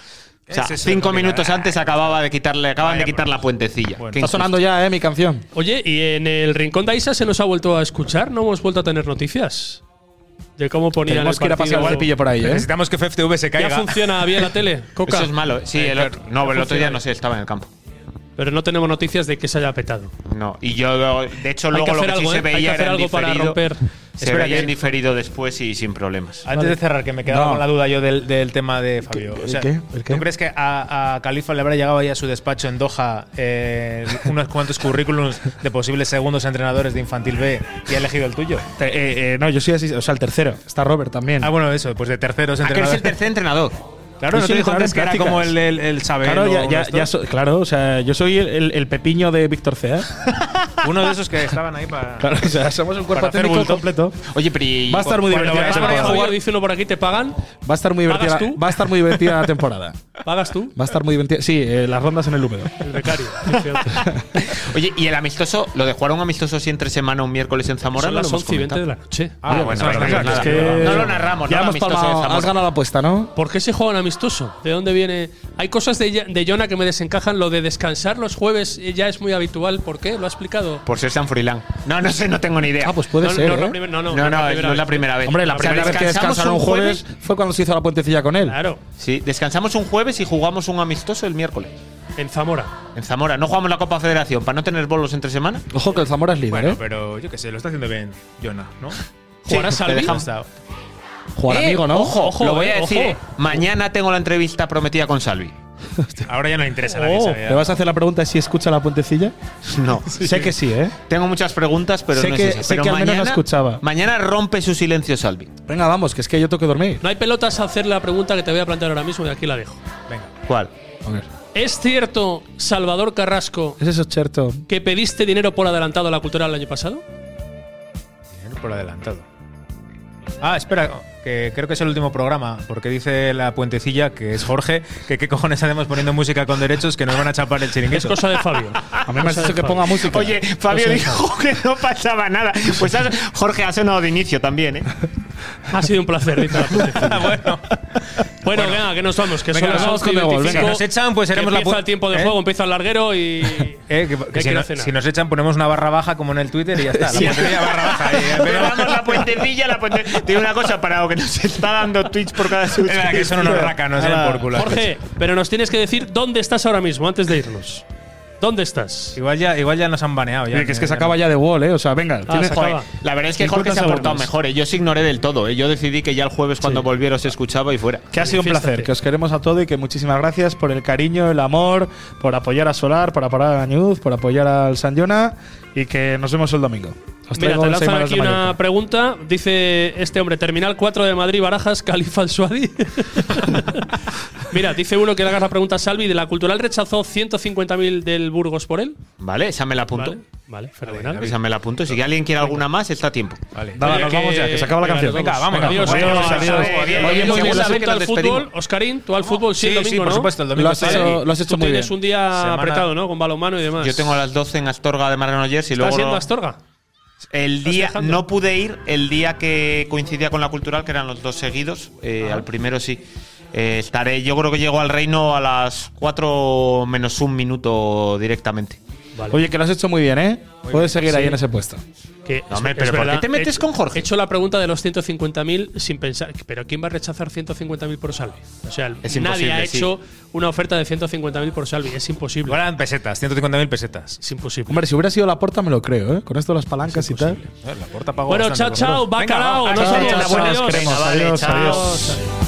O sea,
Ese es el
cinco
Conquistador.
minutos antes acababa de quitarle, acaban
Vaya,
de quitar
pues.
la puentecilla.
Bueno.
Qué
Está
injusto.
sonando ya, ¿eh? Mi canción.
Oye, y en el rincón de Isa se nos ha vuelto a escuchar, no hemos vuelto a tener noticias de cómo ponían
Tenemos
el
que ir a
partido.
pasear el cepillo por ahí, ¿eh?
Necesitamos que FFTV se
Ya
caiga.
funciona bien la tele, Coca. Eh,
Eso es malo. Sí,
Eh,
el otro, no, pero el otro día no sé, estaba en el campo.
Pero no tenemos noticias de que se haya petado.
No, y yo, luego- de hecho,
Hay que
luego lo
hacer
que sí
algo, ¿eh?
se
Hay que
veía
hacer
era en
algo para
diferido.
romper.
Se
Espera,
veía
que-
en diferido después y sin problemas.
Antes de cerrar, que me quedaba
No.
con la duda yo del, del tema de Fabio.
¿Qué-
O sea,
qué? ¿El qué?
¿Tú crees que a, a Califa le habrá llegado ahí a su despacho en Doha eh, unos cuantos currículums de posibles segundos entrenadores de Infantil B y ha elegido el tuyo?
Te- eh, eh, no, yo soy así, o sea, el tercero. Está Robert también.
Ah, bueno, eso, pues de terceros
Ah, que eres el
entrenadores.
tercer entrenador.
Claro,
Yo
no
soy
te dijo
entrenador
antes
en
que era
prácticas.
como el, el, el Sabel
Claro,
o
ya,
uno
ya,
de estos.
ya so- claro, o sea, yo soy el, el- el pepiño de Víctor Cea.
uno de esos que estaban ahí para.
claro, o sea, somos un cuerpo
Para hacer
técnico
bulto.
completo.
Oye, pero. y-
Va a estar muy
Cuando
divertida la
vayas
Pagan,
por ahí a
temporada.
Fabio, dice uno por aquí, te pagan,
Va a estar muy divertida,
¿Pagas tú?
va a estar muy divertida la temporada.
pagas tú,
Va a estar muy divertida. Sí, eh, las rondas en el húmedo.
el becario.
Oye, y el amistoso, lo de jugar un amistoso así entre semana un miércoles en Zamora.
Son
no lo
las
hemos
11 y 20 de
comentado.
la noche. pues
Ah,
bueno,
bueno,
venga, nada.
venga, nada.
que- No lo narramos,
ya
no lo
hemos
amistoso de
palmado-
Zamora.
Has ganado la apuesta, ¿no?
¿Por qué se juega un amistoso? ¿De dónde viene? Hay cosas de, de Jonah que me desencajan. Lo de descansar los jueves eh, ya es muy habitual. ¿Por qué? ¿Lo ha explicado?
Por ser San Frilán. No, no sé, no tengo ni idea.
Ah, pues puede
no,
ser.
No,
¿eh?
la primer- no, no,
no, no,
la
es-
primera
no es la
vez.
primera vez.
Hombre, la
O sea,
primera vez que
descansamos
descansaron un jueves fue cuando se hizo la puentecilla con él.
Claro.
Sí, descansamos un jueves y jugamos un amistoso el miércoles.
En Zamora.
En Zamora. ¿No jugamos la Copa Federación para no tener bolos entre semana?
Ojo que el Zamora es líder,
Bueno,
¿eh?
pero yo qué sé, lo está haciendo bien Jonah, ¿no?
¿Jugará Salvi?
le dejamos dado.
Jugar
Eh,
amigo, ¿no?
Ojo, lo voy a
eh,
decir.
ojo.
eh. Mañana tengo la entrevista prometida con Salvi.
Ahora ya no le interesa a nadie.
Oh,
esa vida.
¿Le vas a hacer la pregunta si escucha la puentecilla?
No.
Sé que sí, ¿eh?
Tengo muchas preguntas, pero
Sé
no
que-
es esa.
sé
Pero
que al menos la escuchaba.
Mañana rompe su silencio Salvi.
Venga, vamos, que es que yo tengo que dormir.
No hay pelotas a hacer la pregunta que te voy a plantear ahora mismo y aquí la dejo.
¿Cuál?
¿Es cierto, Salvador Carrasco,
Es eso, Cherto.
que pediste dinero por adelantado a la cultural el año pasado?
Por adelantado. Ah, espera, que creo que es el último programa, porque dice la puentecilla, que es Jorge, que qué cojones hacemos poniendo música con derechos que nos van a chapar el
Es
chiringuito.
cosa de Fabio.
A mí me has dicho que ponga música.
Oye, Fabio
Pues
dijo que no pasaba nada. Pues has- Jorge ha sonado de inicio también, ¿eh?
Ha sido un placer, dice la puentecilla.
bueno,
Bueno, venga, que nos vamos, que
Venga,
son las
vamos con
11 y
el gol,
25,
venga. Si nos echan, pues
que
seremos la
empieza
pu-
el tiempo de
¿Eh?
juego, empieza el larguero y.
Eh, que- que
Hay que
si,
ir a
no-
cenar.
si nos echan, ponemos una barra baja como en el Twitter y ya está. La
Sí.
puentecilla barra baja. y ya
eh, Pero
veremos.
vamos, la puentecilla, la puentecilla. Tiene una cosa para lo que nos está dando Twitch por cada
Es verdad que son unos rácanos, eh, por culo.
Jorge, pero nos tienes que decir dónde estás ahora mismo, antes de irnos. ¿Dónde estás?
Igual ya, igual ya nos han baneado. Ya,
Oye, que es que se acaba ya de wall, ¿eh? O sea, venga.
Ah,
tienes-
se acaba.
La verdad es que
50
Jorge se ha portado
segundos.
mejor. ¿eh? Yo os ignoré del todo. ¿eh? Yo decidí que ya el jueves cuando volviera os escuchaba y fuera.
Que ha sido un
Manifiéstate.
placer, que os queremos a todos y que muchísimas gracias por el cariño, el amor, por apoyar a Solar, por apoyar a Gañuz, por apoyar al San Jona y que nos vemos el domingo. Os
Mira,
traigo
te
el Seis
lanzan
Mares
aquí
de
una
Mallorca.
pregunta. Dice este hombre, Terminal 4 de Madrid, Barajas, Califa al Suadi. Mira, dice uno que le hagas la pregunta a Salvi. ¿De la cultural rechazó 150.000 del Burgos por él?
Vale, esa me la apunto.
Vale, vale fenomenal.
Esa me la apunto. Si alguien quiere alguna más, está a tiempo. Vale.
Nada, nos vamos ya, que se acaba la
Venga,
canción.
nos vamos.
adiós.
Venga,
Adiós,
adiós,
adiós.
adiós.
Muy bien, muy bien.
Segundo
Segunda
evento
vez
al
que nos
fútbol.
despedimos.
Oscarín, tú al fútbol sí, el
Sí, sí,
domingo,
por
¿no?
supuesto, el domingo
Lo has
estoy
hecho-
aquí.
lo has hecho
Tú
muy
tienes
bien.
un día
Semana-
apretado, ¿no? Con balonmano y demás.
Yo tengo a las 12 en Astorga de Granollers y
¿Estás
luego.
yendo a Astorga?
El día
viajando?
no pude ir el día que coincidía con la cultural, que eran los dos seguidos.
Ah.
eh, al primero sí. Eh, estaré, yo creo que llego al reino a las 4 menos un minuto directamente.
Oye, que lo has hecho muy bien, ¿eh? Puedes seguir ahí en ese puesto.
Que
No, hombre, pero ¿por qué te metes
Ah, He-
con Jorge?
He hecho la pregunta de los 150.000 sin pensar. ¿Pero quién va a rechazar 150.000 por Salvi? O sea,
Es
nadie
imposible,
ha
sí.
hecho una oferta de 150.000 por Salvi. Es imposible.
Igual eran pesetas, 150.000 pesetas.
Es imposible.
Hombre, si hubiera sido la porta, me lo creo, ¿eh? Con esto de las palancas y tal.
La puerta pagó
bueno, chao,
bastante,
chao.
por favor. Venga,
Bacalao.
va,
no
chao,
sé
chao,
quién,
chao.
adiós.
cremos. Venga, vale,
adiós,
chao.
adiós.
Adiós.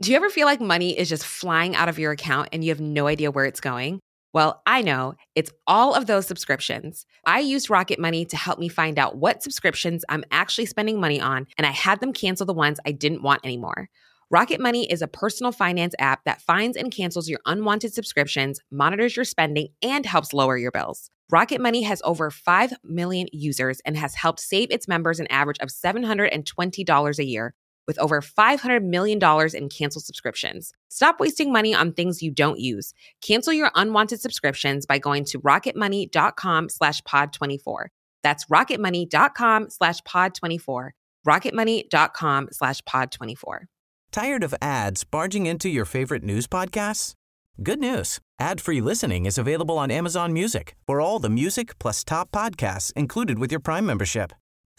Do you ever feel like money is just flying out of your account and you have no idea where it's going? Well, I know it's all of those subscriptions. I used Rocket Money to help me find out what subscriptions I'm actually spending money on, and I had them cancel the ones I didn't want anymore. Rocket Money is a personal finance app that finds and cancels your unwanted subscriptions, monitors your spending, and helps lower your bills. Rocket Money has over 5 million users and has helped save its members an average of $720 a year with over $500 million in canceled subscriptions. Stop wasting money on things you don't use. Cancel your unwanted subscriptions by going to rocketmoney.com slash pod 24. That's rocketmoney.com slash pod 24. rocketmoney.com slash pod 24.
Tired of ads barging into your favorite news podcasts? Good news. Ad-free listening is available on Amazon Music for all the music plus top podcasts included with your Prime membership.